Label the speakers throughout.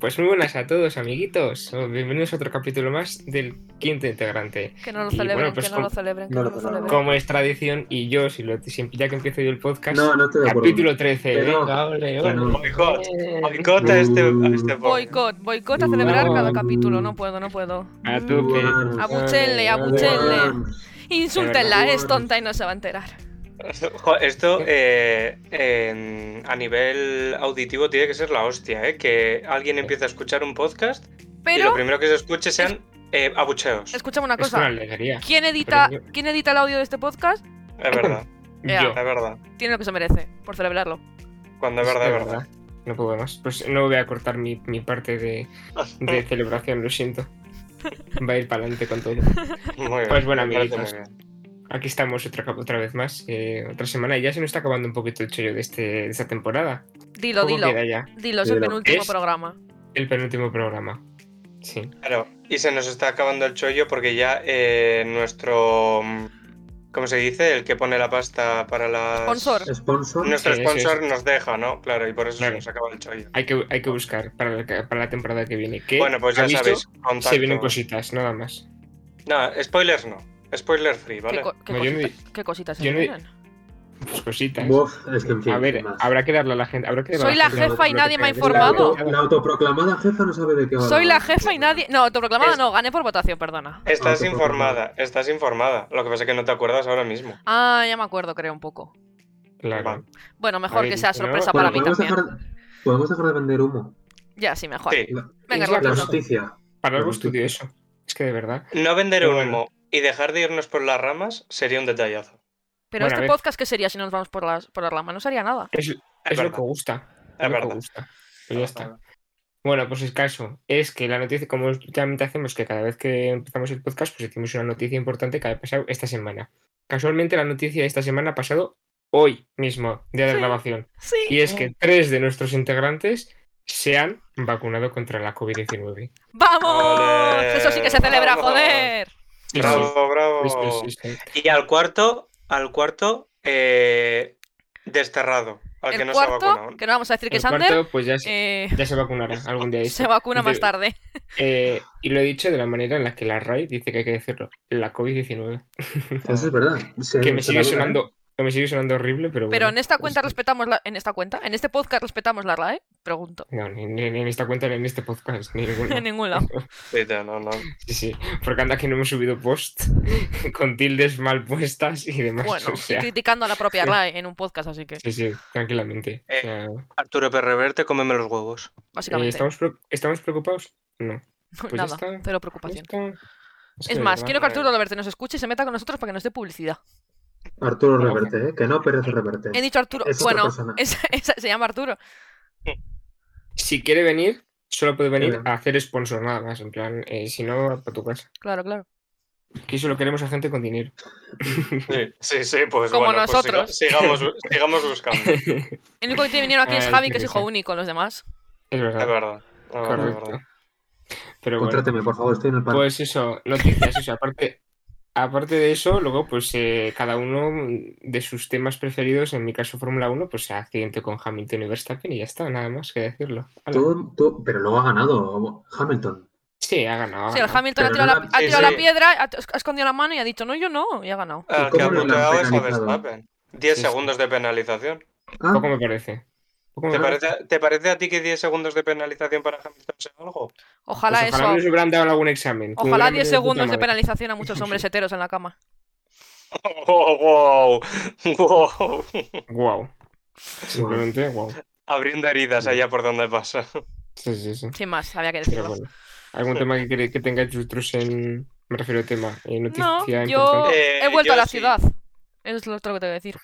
Speaker 1: Pues muy buenas a todos, amiguitos. Oh, Bienvenidos a otro capítulo más del quinto integrante.
Speaker 2: Que no lo
Speaker 1: Y
Speaker 2: celebren,
Speaker 1: bueno, pues
Speaker 2: que no lo
Speaker 1: como-
Speaker 2: celebren, que
Speaker 3: No
Speaker 2: no
Speaker 3: lo
Speaker 2: lo
Speaker 3: celebran.
Speaker 2: celebren.
Speaker 1: Como es tradición, y yo, si lo, siempre ya que empiezo yo el podcast,
Speaker 3: No, no estoy de acuerdo.
Speaker 1: capítulo ¿eh? 13.
Speaker 3: Que no,
Speaker 1: venga, ole,
Speaker 3: que
Speaker 1: ole.
Speaker 3: no.
Speaker 4: Boicot.
Speaker 1: Eh,
Speaker 4: Boicot a este, a este pobre.
Speaker 2: Boicot, boicot a celebrar cada
Speaker 1: Mm.
Speaker 2: capítulo, no puedo, no puedo.
Speaker 1: A tu que-
Speaker 3: Bueno.
Speaker 2: Ah,
Speaker 1: Ah,
Speaker 2: Abuchenle, abuchenle. Insúltenla,
Speaker 3: verdad.
Speaker 2: es tonta y no se va a enterar.
Speaker 4: Jo, Esto eh, en- a nivel auditivo tiene que ser la hostia, ¿eh? Que alguien empiece a escuchar un podcast y
Speaker 2: Pero,
Speaker 4: lo primero que se escuche sean eh, abucheos. Es
Speaker 2: escúchame una
Speaker 1: Es una
Speaker 2: cosa.
Speaker 1: alegría.
Speaker 2: ¿Quién edita,
Speaker 1: Pero yo-
Speaker 2: ¿Quién edita el audio de este podcast?
Speaker 4: verdad,
Speaker 2: Ya.
Speaker 1: Yo.
Speaker 4: es verdad.
Speaker 2: Tiene lo que se merece, por celebrarlo.
Speaker 4: Cuando es verdad, es verdad.
Speaker 1: No puedo más. Pues no voy a cortar mi, mi parte de, de celebración, lo siento. Va a ir para adelante con todo.
Speaker 4: Muy bien.
Speaker 1: Pues bueno,
Speaker 4: me parece
Speaker 1: amiguitos.
Speaker 4: muy bien.
Speaker 1: Aquí estamos otra, otra vez más, eh, otra semana. Y ya se nos está acabando un poquito el chollo de, este, de esta temporada.
Speaker 2: Dilo,
Speaker 1: Poco
Speaker 2: dilo.
Speaker 1: queda ya.
Speaker 2: Dilo, es el
Speaker 3: Dilo.
Speaker 2: penúltimo
Speaker 1: Es-
Speaker 2: programa.
Speaker 1: El penúltimo programa. Sí.
Speaker 4: Claro, y se nos está acabando el chollo porque ya eh, nuestro. mm, ¿Cómo se dice? El que pone la pasta para las.
Speaker 2: Sponsor.
Speaker 3: Sponsor.
Speaker 4: Nuestro
Speaker 1: Sí, sí,
Speaker 4: sponsor nos deja, ¿no? Claro, y por eso
Speaker 1: Claro.
Speaker 4: se nos acaba el chollo.
Speaker 1: Hay que, hay que buscar para, la- para la temporada que viene. Que,
Speaker 4: Bueno, pues ya
Speaker 1: aviso,
Speaker 4: sabéis. Contacto.
Speaker 1: Se vienen cositas, nada más.
Speaker 4: No, spoilers no. Spoiler free,
Speaker 2: ¿Qué,
Speaker 4: ¿vale?
Speaker 2: co- qué
Speaker 1: No, yo no
Speaker 2: cosita- qué cositas se
Speaker 1: yo no-
Speaker 2: vienen?
Speaker 1: Pues cositas.
Speaker 3: Buf, es que en fin.
Speaker 1: a ver,
Speaker 3: más.
Speaker 1: habrá que darle a la gente. Habrá que darle a
Speaker 2: Soy la
Speaker 1: gente
Speaker 2: jefa y
Speaker 1: lo que
Speaker 2: nadie me ha
Speaker 1: tenga.
Speaker 3: la,
Speaker 2: informado.
Speaker 3: auto- la autoproclamada jefa no sabe de qué va.
Speaker 2: Soy la jefa y nadie. No, autoproclamada
Speaker 4: Es-
Speaker 2: no, gané por votación, perdona.
Speaker 4: Estás
Speaker 3: Autoproclamado.
Speaker 4: informada, estás informada. Lo que pasa es que no te acuerdas ahora mismo.
Speaker 2: Ah, ya me acuerdo, creo, un poco.
Speaker 1: Claro.
Speaker 4: Va.
Speaker 2: Bueno, mejor
Speaker 1: ver,
Speaker 2: que sea
Speaker 1: si no-
Speaker 2: sorpresa
Speaker 3: Bueno,
Speaker 2: para mí
Speaker 3: podemos
Speaker 2: también.
Speaker 3: Dejar, podemos dejar de vender humo.
Speaker 2: Ya, sí, mejor.
Speaker 4: Sí.
Speaker 2: Venga,
Speaker 1: Es la
Speaker 3: La
Speaker 1: Claro.
Speaker 2: Rocky.
Speaker 3: noticia.
Speaker 1: Para algo
Speaker 3: Bueno,
Speaker 1: estudio eso. Es que de verdad.
Speaker 4: No vender
Speaker 1: Pero
Speaker 4: un
Speaker 1: bueno.
Speaker 4: humo y dejar de irnos por las ramas sería un detallazo.
Speaker 2: Pero
Speaker 1: Bueno, a
Speaker 2: este
Speaker 1: ver.
Speaker 2: podcast, ¿qué sería si no nos vamos por las, por las ramas? No sería nada.
Speaker 1: Es,
Speaker 4: Es,
Speaker 1: es lo
Speaker 4: verdad.
Speaker 1: que gusta.
Speaker 4: es
Speaker 1: Es lo que
Speaker 4: verdad.
Speaker 1: gusta. Pues ya está. Bueno, pues el caso es que la noticia, como últimamente hacemos que cada vez que empezamos el podcast, pues decimos una noticia importante que ha pasado esta semana. Casualmente la noticia de esta semana ha pasado hoy mismo, día de
Speaker 2: Sí.
Speaker 1: grabación.
Speaker 2: Sí.
Speaker 1: Y es que tres de nuestros integrantes se han vacunado contra la COVID-19.
Speaker 2: ¡Vamos!
Speaker 4: Ole.
Speaker 2: Eso sí que se celebra,
Speaker 4: Vamos.
Speaker 2: joder.
Speaker 1: Sí,
Speaker 4: Bravo,
Speaker 1: sí,
Speaker 4: bravo.
Speaker 1: sí, sí, sí.
Speaker 4: Y al cuarto, al cuarto, eh, desterrado. Al que
Speaker 2: El
Speaker 4: no se ha
Speaker 2: cuarto,
Speaker 4: vacunado.
Speaker 2: que no vamos a decir que
Speaker 1: El
Speaker 2: es Ander,
Speaker 1: cuarto, pues ya se,
Speaker 2: eh,
Speaker 1: ya se vacunará algún día.
Speaker 2: se
Speaker 1: esto.
Speaker 2: vacuna más
Speaker 1: de-
Speaker 2: tarde.
Speaker 1: Eh, y lo he dicho de la manera en la que la RAI dice que hay que decirlo, la COVID-19.
Speaker 3: Eso es verdad. Se-
Speaker 1: Que me
Speaker 3: se
Speaker 1: sigue
Speaker 3: la- ¿eh?
Speaker 1: sonando,
Speaker 4: ¿eh?
Speaker 1: que me sigue sonando horrible, pero
Speaker 2: Pero
Speaker 1: bueno, pues
Speaker 2: en esta cuenta
Speaker 1: es-
Speaker 2: respetamos la... En esta cuenta, en este podcast respetamos la RAE, pregunto.
Speaker 1: No, ni, ni- ni en esta cuenta ni en este podcast, ni
Speaker 2: En
Speaker 1: ninguna.
Speaker 2: ningún lado.
Speaker 4: Sí, no, no, no.
Speaker 1: Sí, sí. Porque anda que no hemos subido post con tildes mal puestas y demás.
Speaker 2: Bueno,
Speaker 1: o
Speaker 2: y
Speaker 1: sea,
Speaker 2: criticando a la propia RAE en un podcast, así que,
Speaker 1: sí, sí, tranquilamente. O
Speaker 4: Eh,
Speaker 1: sea,
Speaker 4: Arturo Perreverte, cómeme los huevos.
Speaker 1: Eh,
Speaker 2: básicamente.
Speaker 1: ¿estamos, pre- estamos preocupados? No. pues ya
Speaker 2: Nada,
Speaker 1: está.
Speaker 2: cero
Speaker 1: no
Speaker 2: preocupación.
Speaker 1: está. que
Speaker 2: Es
Speaker 1: de
Speaker 2: más,
Speaker 1: verdad,
Speaker 2: quiero que
Speaker 4: eh.
Speaker 2: Arturo Reverte nos escuche y se meta con nosotros para que nos dé publicidad.
Speaker 3: Arturo Reverte, ¿eh? que no Pérez Reverte.
Speaker 2: He dicho Arturo.
Speaker 3: Es otra
Speaker 2: bueno,
Speaker 3: persona.
Speaker 2: es- es- se llama Arturo.
Speaker 1: Si quiere venir, solo puede venir
Speaker 3: Venga.
Speaker 1: a hacer sponsor, nada más. En plan, eh, si no, para tu casa.
Speaker 2: Claro, claro.
Speaker 1: Aquí solo queremos a gente con dinero.
Speaker 4: Sí, sí, sí, pues
Speaker 2: Como
Speaker 4: bueno, pues
Speaker 2: nosotros.
Speaker 4: siga- sigamos, sigamos buscando. Es
Speaker 2: El único que tiene dinero aquí es
Speaker 1: Ay,
Speaker 2: Javi,
Speaker 1: qué
Speaker 2: que es hijo
Speaker 1: risa.
Speaker 2: único, los demás.
Speaker 1: Es verdad.
Speaker 4: verdad. Es verdad, es
Speaker 1: correcto.
Speaker 4: verdad.
Speaker 1: Pero bueno,
Speaker 3: Contráteme, por favor, estoy en el parque.
Speaker 1: pues eso, noticias. eso, aparte, aparte de eso, luego, pues eh, cada uno de sus temas preferidos, en mi caso Fórmula 1, pues accidente con Hamilton y Verstappen y ya está, nada más que decirlo. Hala.
Speaker 3: Tú- tú- pero luego ha ganado Hamilton.
Speaker 1: Sí, ha ganado. ha
Speaker 2: Sí, el
Speaker 1: ganado.
Speaker 2: Hamilton ha
Speaker 3: Pero
Speaker 2: tirado,
Speaker 3: no
Speaker 2: la,
Speaker 3: la-
Speaker 2: ha
Speaker 4: sí,
Speaker 2: tirado
Speaker 4: sí.
Speaker 2: la piedra, ha, ha escondido la mano y ha dicho, no, yo no, y ha ganado.
Speaker 4: Al
Speaker 3: ¿Y
Speaker 4: Ah, que ha
Speaker 3: cómo lo han
Speaker 4: puteado es a
Speaker 3: penalizado?
Speaker 4: Verstappen. 10
Speaker 1: Sí, sí.
Speaker 4: segundos de penalización.
Speaker 3: Ah,
Speaker 1: Poco me parece. Poco me
Speaker 4: ¿Te parece, ¿Te parece a ti que 10 segundos de penalización para Hamilton sea algo?
Speaker 2: Ojalá
Speaker 1: Pues
Speaker 2: eso.
Speaker 1: ojalá nos hubieran dado algún examen. como
Speaker 2: Ojalá
Speaker 1: hubieran
Speaker 2: 10
Speaker 1: venido de puta
Speaker 2: segundos de
Speaker 1: madre.
Speaker 2: penalización a muchos hombres heteros en la cama.
Speaker 4: ¡Wow! Oh, ¡Wow! wow.
Speaker 1: Guau. Simplemente guau.
Speaker 4: Abriendo heridas allá por donde pasa.
Speaker 1: Sí, sí, sí.
Speaker 2: Sin más, había que
Speaker 1: Pero
Speaker 2: decirlo.
Speaker 1: bueno. ¿Algún tema que, queréis que tengáis vosotros en... Me refiero a tema. eh,
Speaker 2: No,
Speaker 1: noticia
Speaker 2: yo
Speaker 1: importante?
Speaker 4: Eh,
Speaker 2: he vuelto
Speaker 4: yo
Speaker 2: a la
Speaker 4: sí.
Speaker 2: ciudad. Eso es lo otro que te voy a decir.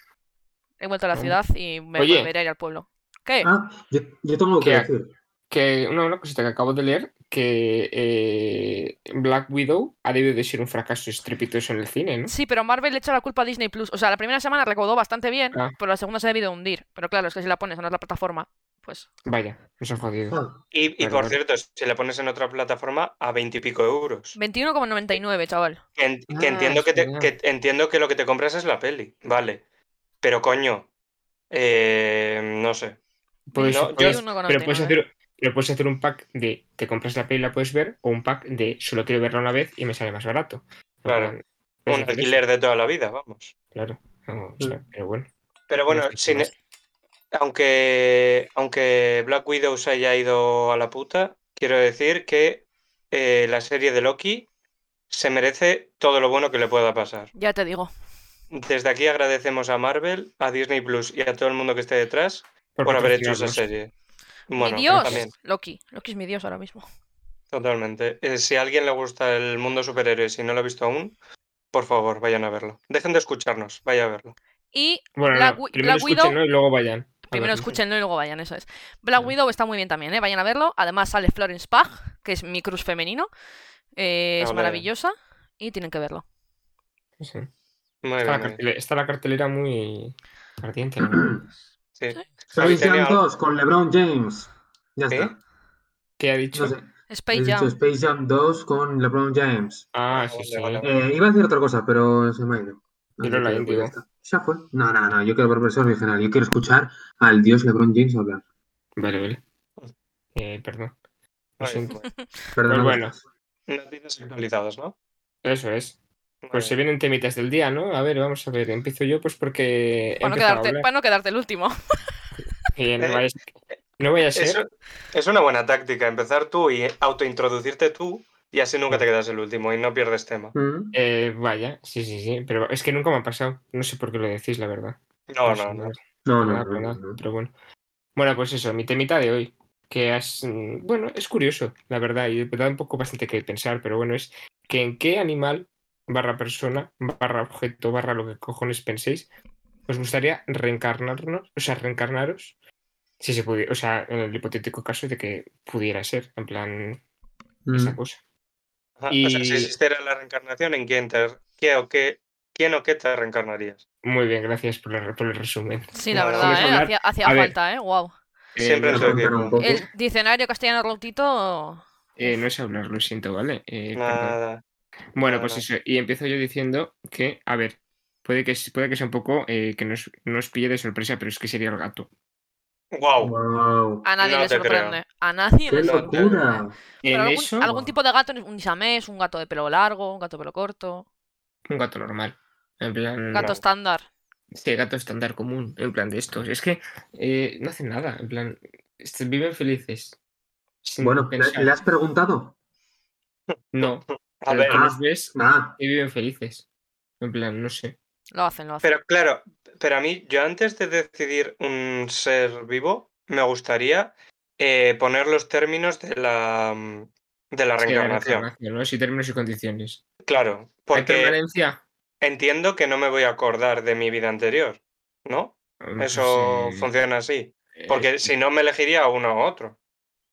Speaker 2: He vuelto a la
Speaker 1: Mm.
Speaker 2: ciudad y me
Speaker 1: Oye.
Speaker 2: volveré a ir al pueblo. ¿Qué?
Speaker 3: ah, yo, yo tengo que
Speaker 1: ¿Qué?
Speaker 3: decir.
Speaker 1: Que una, una cosita que acabo de leer, que eh, Black Widow ha debido de ser un fracaso estrepitoso en el cine, ¿no?
Speaker 2: Sí, pero Marvel le echa la culpa a Disney Plus. O sea, la primera semana recaudó bastante bien,
Speaker 1: Ah.
Speaker 2: pero la segunda se ha debido hundir. Pero claro, es que si la pones en otra plataforma, pues.
Speaker 1: Vaya, nos han jodido.
Speaker 3: Ah,
Speaker 4: Y, y
Speaker 1: Vale,
Speaker 4: por
Speaker 1: vale.
Speaker 4: cierto, si la pones en otra plataforma, a 20 y pico euros.
Speaker 2: 21,99, chaval.
Speaker 4: Que, en- que
Speaker 1: Ah,
Speaker 4: entiendo que, te-
Speaker 1: señor.
Speaker 4: que entiendo que lo que te compras es la peli, vale. Pero coño, eh, no sé.
Speaker 1: Puedes-
Speaker 4: no, yo-
Speaker 1: puedes-
Speaker 2: 21,99. ¿eh?
Speaker 1: pero puedes hacer... Pero puedes hacer un pack de te compras la peli y la puedes ver, o un pack de solo quiero verla una vez y me sale más barato.
Speaker 4: Claro.
Speaker 3: Pues
Speaker 1: Puedes
Speaker 4: Un
Speaker 1: hacer eso,
Speaker 4: alquiler Mm. de toda la vida, vamos.
Speaker 1: Claro. No, o sea, pero bueno.
Speaker 4: Pero bueno,
Speaker 1: Tienes que
Speaker 4: sin-
Speaker 1: más.
Speaker 4: aunque, aunque Black Widow se haya ido a la puta, quiero decir que eh, la serie de Loki se merece todo lo bueno que le pueda pasar.
Speaker 2: Ya te digo.
Speaker 4: Desde aquí agradecemos a Marvel, a Disney Plus y a todo el mundo que esté detrás por, haber hecho esa
Speaker 1: patrocinarnos.
Speaker 4: serie. Bueno,
Speaker 2: mi dios.
Speaker 4: también,
Speaker 2: Loki. Loki es mi dios ahora mismo.
Speaker 4: totalmente. Eh, si a alguien le gusta el mundo superhéroes y no lo ha visto aún, por favor, vayan a verlo. Dejen de escucharnos, vaya a verlo.
Speaker 2: Y
Speaker 1: Bueno,
Speaker 2: Black
Speaker 1: no,
Speaker 2: Wi-
Speaker 1: primero
Speaker 2: Black Widow-
Speaker 1: escúchenlo y luego vayan. a
Speaker 2: primero
Speaker 1: verlo.
Speaker 2: escúchenlo y luego vayan, eso es. Black
Speaker 1: Claro.
Speaker 2: Widow está muy bien también, ¿eh? Vayan a verlo. Además sale Florence Pugh, que es mi cruz femenino. Eh, es
Speaker 4: Ole.
Speaker 2: maravillosa y tienen que verlo.
Speaker 1: Sí. Está,
Speaker 4: Muy
Speaker 1: la
Speaker 4: bien, muy bien.
Speaker 1: cartele- está la cartelera muy ardiente. ¿no?
Speaker 4: Sí.
Speaker 2: Sí.
Speaker 4: Javi,
Speaker 3: Space Jam
Speaker 4: ¿tenía algo?
Speaker 3: 2 con LeBron James. Ya
Speaker 4: ¿Qué?
Speaker 3: está.
Speaker 1: ¿Qué ha dicho?
Speaker 3: No sé, he
Speaker 2: Space
Speaker 3: dicho
Speaker 2: Jam.
Speaker 3: Space Jam 2 con LeBron James.
Speaker 1: Ah,
Speaker 4: Ah,
Speaker 1: sí,
Speaker 4: vale,
Speaker 1: sí.
Speaker 4: vale, vale.
Speaker 3: Eh, iba a decir otra cosa, pero se me ha ido.
Speaker 1: Yo no la
Speaker 3: Así que, pues,
Speaker 1: digo.
Speaker 3: ya está. Ya fue. No, no, no. Yo quiero ver versión original. Yo quiero escuchar al dios LeBron James hablar.
Speaker 1: Vale, vale. Eh, perdón. Lo
Speaker 4: Muy bien,
Speaker 1: siento.
Speaker 4: muy bien.
Speaker 3: Perdón.
Speaker 1: Pues bueno.
Speaker 4: Noticias actualizadas, ¿no?
Speaker 1: Eso es.
Speaker 4: Muy
Speaker 1: Pues se
Speaker 4: bien.
Speaker 1: vienen temitas del día, ¿no? A ver, vamos a ver. Empiezo yo, pues porque.
Speaker 2: Para
Speaker 1: empiezo
Speaker 2: no,
Speaker 1: a
Speaker 2: quedarte,
Speaker 1: hablar.
Speaker 2: para no quedarte el último.
Speaker 1: Eh, no,
Speaker 4: Eh,
Speaker 1: vaya, no vaya a ser.
Speaker 4: Eso- es una buena táctica, empezar tú y autointroducirte tú y así nunca te quedas el último y no pierdes tema.
Speaker 3: Mm.
Speaker 1: Eh, vaya, sí, sí, sí. Pero es que nunca me ha pasado. No sé por qué lo decís, la verdad.
Speaker 4: No,
Speaker 1: sé,
Speaker 4: no, no.
Speaker 3: No,
Speaker 1: nada, nada,
Speaker 3: no, no, no, no.
Speaker 1: Ah, Pero bueno. Bueno, pues eso, mi temita de hoy. Que es, mm, bueno, es curioso, la verdad, y da un poco bastante que pensar, pero bueno, es que en qué animal, barra persona, barra objeto, barra lo que cojones penséis, os gustaría reencarnarnos, o sea, reencarnaros, si se pudiera, o sea, en el hipotético caso de que pudiera ser, en plan, esa
Speaker 3: Mm.
Speaker 1: cosa.
Speaker 4: Ajá,
Speaker 1: Y-
Speaker 4: O sea, si existiera la reencarnación, ¿en quién, te, qué o qué, quién o qué te reencarnarías?
Speaker 1: Muy bien, gracias por, el- por el resumen.
Speaker 2: Sí, la
Speaker 4: Bueno,
Speaker 2: verdad,
Speaker 4: vamos a
Speaker 2: ¿eh?
Speaker 1: hablar-
Speaker 2: Hacía, hacía
Speaker 1: a ver.
Speaker 2: falta, ¿eh? Wow.
Speaker 4: Siempre
Speaker 1: Eh,
Speaker 3: Vamos
Speaker 4: en tu
Speaker 3: a contar un
Speaker 4: equipo.
Speaker 3: poco.
Speaker 2: El diccionario castellano rotito.
Speaker 1: eh, no es hablar, lo siento, ¿vale? Eh, perdón.
Speaker 4: Nada.
Speaker 1: Bueno,
Speaker 4: Claro.
Speaker 1: pues eso. Y empiezo yo diciendo que, a ver, puede que, puede que sea un poco eh, que nos, nos pille de sorpresa, pero es que sería el gato.
Speaker 4: Wow.
Speaker 3: Wow.
Speaker 2: A nadie
Speaker 4: No
Speaker 2: le
Speaker 4: te creo.
Speaker 2: sorprende. A nadie
Speaker 3: ¡Qué
Speaker 2: le sorprende.
Speaker 3: locura!
Speaker 1: En
Speaker 2: Pero algún,
Speaker 1: eso,
Speaker 2: algún tipo de gato, un isamés, un gato de pelo largo, un gato de pelo corto,
Speaker 1: un gato normal. En plan,
Speaker 2: gato
Speaker 4: Claro.
Speaker 2: estándar.
Speaker 1: este gato estándar común, en plan de estos. Es que eh, no hacen nada, en plan, este, viven felices. sin
Speaker 3: Bueno, ¿le,
Speaker 1: pensar.
Speaker 3: le has preguntado?
Speaker 1: no,
Speaker 4: A
Speaker 1: pero
Speaker 4: ver,
Speaker 1: tú los ves
Speaker 3: Ah,
Speaker 1: y viven felices. En plan, no sé.
Speaker 2: Lo hacen, lo hacen.
Speaker 4: pero claro, pero a mí, yo antes de decidir un ser vivo, me gustaría eh, poner los términos de la, mm, de la
Speaker 1: Es que la
Speaker 4: reencarnación.
Speaker 1: reencarnación, ¿no? Si términos y condiciones.
Speaker 4: Claro,
Speaker 1: ¿Hay
Speaker 4: porque
Speaker 1: permanencia?
Speaker 4: entiendo que no me voy a acordar de mi vida anterior, ¿no? Eso
Speaker 1: Pues, eh,
Speaker 4: funciona así.
Speaker 1: eh, Ah,
Speaker 4: Porque si no, me elegiría a uno u otro.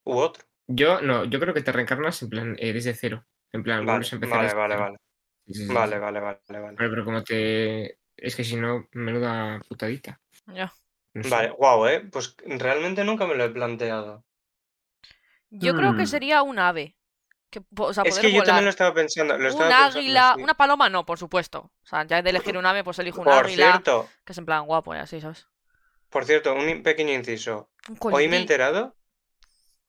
Speaker 4: U otro.
Speaker 1: Yo no, yo creo que te reencarnas en plan eh, desde cero. En plan,
Speaker 4: Vale,
Speaker 1: vuelves a empezar.
Speaker 4: vale,
Speaker 1: desde
Speaker 4: vale,
Speaker 1: cero.
Speaker 4: vale.
Speaker 1: Sí, sí, sí,
Speaker 4: Vale,
Speaker 1: sí.
Speaker 4: vale, vale, vale.
Speaker 1: Pero, pero como te. Es que si no, menuda putadita.
Speaker 2: Ya.
Speaker 1: No sé.
Speaker 4: Vale, wow, eh. Pues realmente nunca me lo he planteado.
Speaker 2: Yo creo que
Speaker 3: Mm.
Speaker 2: sería un ave. Que, po- o sea,
Speaker 4: Es
Speaker 2: poder
Speaker 4: que yo
Speaker 2: volar.
Speaker 4: también lo estaba pensando. Lo estaba
Speaker 2: un
Speaker 4: pensando,
Speaker 2: águila,
Speaker 4: sí.
Speaker 2: una paloma no, por supuesto. O sea, ya de elegir un ave, pues elijo un
Speaker 4: Por
Speaker 2: águila,
Speaker 4: cierto,
Speaker 2: que es en plan guapo y así, ¿sabes?
Speaker 4: por cierto, un in- pequeño inciso.
Speaker 2: Un
Speaker 4: Hoy me he
Speaker 2: colibrí.
Speaker 4: enterado,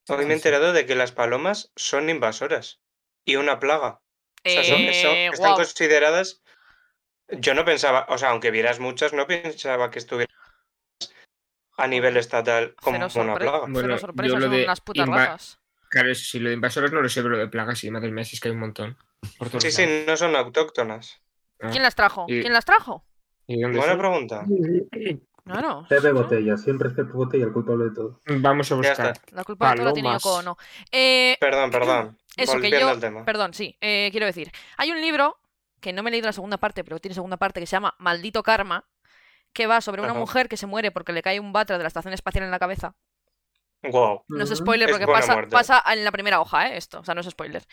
Speaker 4: hoy me
Speaker 1: Sí,
Speaker 4: he
Speaker 1: sí.
Speaker 4: enterado de que las palomas son invasoras y una plaga. O sea, son- son-
Speaker 2: Eh,
Speaker 4: están
Speaker 2: guau.
Speaker 4: consideradas. Yo no pensaba, o sea, aunque vieras muchas, no pensaba que estuvieras a nivel estatal como
Speaker 2: Cero,
Speaker 4: una
Speaker 2: sorpre-
Speaker 4: plaga.
Speaker 2: cero
Speaker 1: Bueno, yo
Speaker 2: sorpresas,
Speaker 1: lo
Speaker 2: son
Speaker 1: de
Speaker 2: unas putas
Speaker 1: inva-
Speaker 2: razas.
Speaker 1: Claro, eso sí, lo de invasoras no lo sé, pero lo de plagas sí, madre mía, si es que hay un montón. Por todos
Speaker 4: Sí, sí, no son autóctonas.
Speaker 1: lados.
Speaker 2: ¿Quién las trajo?
Speaker 1: Y-
Speaker 2: ¿Quién las trajo?
Speaker 1: ¿Y dónde
Speaker 4: Buena
Speaker 1: son?
Speaker 4: pregunta.
Speaker 2: No, no.
Speaker 3: Pepe
Speaker 2: sí, sí.
Speaker 3: Botella. Siempre es Pepe Botella el culpable de todo.
Speaker 1: Vamos a
Speaker 4: Ya está.
Speaker 1: buscar.
Speaker 2: La culpa no la tiene
Speaker 1: Palomas.
Speaker 2: Yoko Ono. Eh,
Speaker 4: Perdón, perdón.
Speaker 2: Eso, que
Speaker 4: Volviendo
Speaker 2: yo-
Speaker 4: al tema.
Speaker 2: Perdón, sí, eh, quiero decir, hay un libro que no me he leído la segunda parte, pero tiene segunda parte que se llama Maldito Karma, que va sobre una
Speaker 4: Ajá.
Speaker 2: mujer que se muere porque le cae un batra de la estación espacial en la cabeza.
Speaker 4: Wow.
Speaker 2: No es
Speaker 3: Ujú.
Speaker 2: spoiler
Speaker 4: Es
Speaker 2: porque
Speaker 4: buena
Speaker 2: pasa,
Speaker 4: muerte.
Speaker 2: pasa en la primera hoja, ¿eh? Esto, o sea, no es spoiler.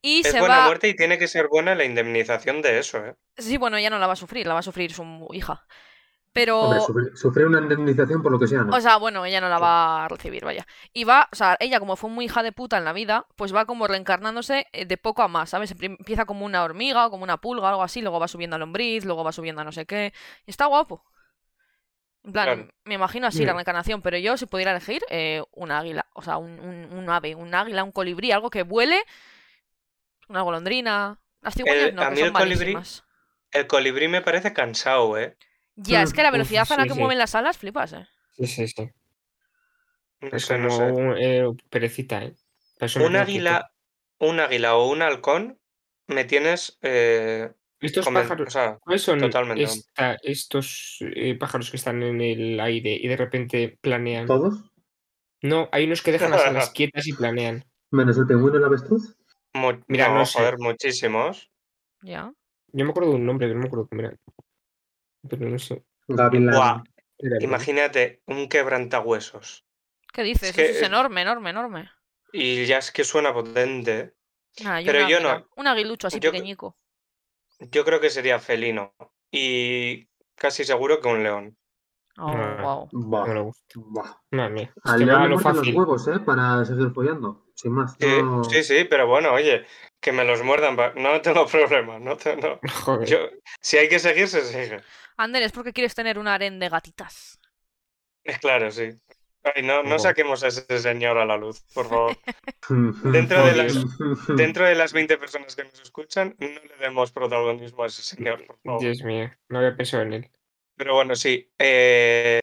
Speaker 2: Y
Speaker 4: Es
Speaker 2: se
Speaker 4: buena
Speaker 2: va...
Speaker 4: muerte y tiene que ser buena la indemnización de eso, ¿eh?
Speaker 2: Sí, bueno, ella no la va a sufrir, la va a sufrir su hija. Pero...
Speaker 3: Hombre, sufrir, sufrir una indemnización por lo que sea, ¿no?
Speaker 2: O sea, bueno, ella no la va a recibir, vaya. Y va, o sea, ella como fue muy hija de puta en la vida, pues va como reencarnándose eh, de poco a más, ¿sabes? En prim- Empieza como una hormiga o como una pulga, algo así, luego va subiendo a lombriz, luego va subiendo a no sé qué. Y está guapo. En plan,
Speaker 4: Claro.
Speaker 2: me imagino así la
Speaker 1: Mm.
Speaker 2: reencarnación, pero yo si pudiera elegir eh, un águila, o sea, un, un- un ave, un águila, un colibrí, algo que vuele, una golondrina. Las cigüeñas
Speaker 4: El-
Speaker 2: no,
Speaker 4: a
Speaker 2: que
Speaker 4: mí
Speaker 2: son
Speaker 4: el colibrí-
Speaker 2: malísimas.
Speaker 4: El colibrí me parece cansado, ¿eh?
Speaker 2: Ya, es que la
Speaker 1: Mm, uf,
Speaker 2: velocidad a la
Speaker 1: sí,
Speaker 2: que
Speaker 1: sí.
Speaker 2: mueven las alas, flipas, eh.
Speaker 1: Sí, sí, sí.
Speaker 4: No
Speaker 1: Es
Speaker 4: sé, no
Speaker 1: como
Speaker 4: sé.
Speaker 1: un, eh, perecita, ¿eh? Pero eso me
Speaker 4: Un
Speaker 1: queda
Speaker 4: águila, un águila o un halcón me tienes eh,
Speaker 1: quieto. Estos
Speaker 4: conven-
Speaker 1: pájaros,
Speaker 4: o sea,
Speaker 1: ¿cuáles son
Speaker 4: totalmente.
Speaker 1: esta- estos eh, pájaros que están en el aire y de repente planean?
Speaker 3: ¿Todos?
Speaker 1: No, hay unos que dejan las alas quietas y planean.
Speaker 3: Menos el pingüino y el avestruz.
Speaker 4: mu-
Speaker 1: Mira,
Speaker 4: no,
Speaker 1: no sé.
Speaker 4: joder, muchísimos.
Speaker 2: Ya.
Speaker 1: Yo me acuerdo de un nombre, pero no me acuerdo cómo era. Pero no sé.
Speaker 3: Gavilán.
Speaker 4: Buah,
Speaker 1: Era algo.
Speaker 4: imagínate un quebrantahuesos.
Speaker 2: ¿Qué dices?
Speaker 4: que-
Speaker 2: Eso es enorme, enorme, enorme.
Speaker 4: Y ya es que suena potente. ¿eh?
Speaker 2: Nah, Ah, yo
Speaker 4: Pero
Speaker 2: un
Speaker 4: yo
Speaker 2: águila,
Speaker 4: no.
Speaker 2: Un aguilucho así
Speaker 4: Yo-
Speaker 2: pequeñico.
Speaker 4: Yo creo que sería felino. Y casi seguro que un león.
Speaker 2: Oh,
Speaker 1: Ah.
Speaker 2: guau.
Speaker 3: Buah,
Speaker 1: No le gusta.
Speaker 3: buah.
Speaker 1: Madre mía.
Speaker 3: Al
Speaker 1: Se
Speaker 3: león
Speaker 1: va a
Speaker 3: le
Speaker 1: lo
Speaker 3: muerden los
Speaker 1: fácil.
Speaker 3: huevos, ¿eh? Para seguir follando. Sin más.
Speaker 4: Sí,
Speaker 3: no-
Speaker 4: Eh, sí, sí, pero bueno, oye, que me los muerdan. pa- No tengo problema. No te- no.
Speaker 1: Joder.
Speaker 4: Yo- si hay que seguir, se sigue.
Speaker 2: Ander, es porque quieres tener un harén de gatitas.
Speaker 4: Es claro, sí. Ay, no, no
Speaker 1: Ojo.
Speaker 4: saquemos a ese señor a la luz, por favor.
Speaker 3: Dentro
Speaker 4: de
Speaker 3: Mm.
Speaker 4: Dentro de las 20 personas que nos escuchan, no le demos protagonismo a ese señor, por favor.
Speaker 1: Dios mío, no había pensado en él.
Speaker 4: Pero bueno, sí. eh,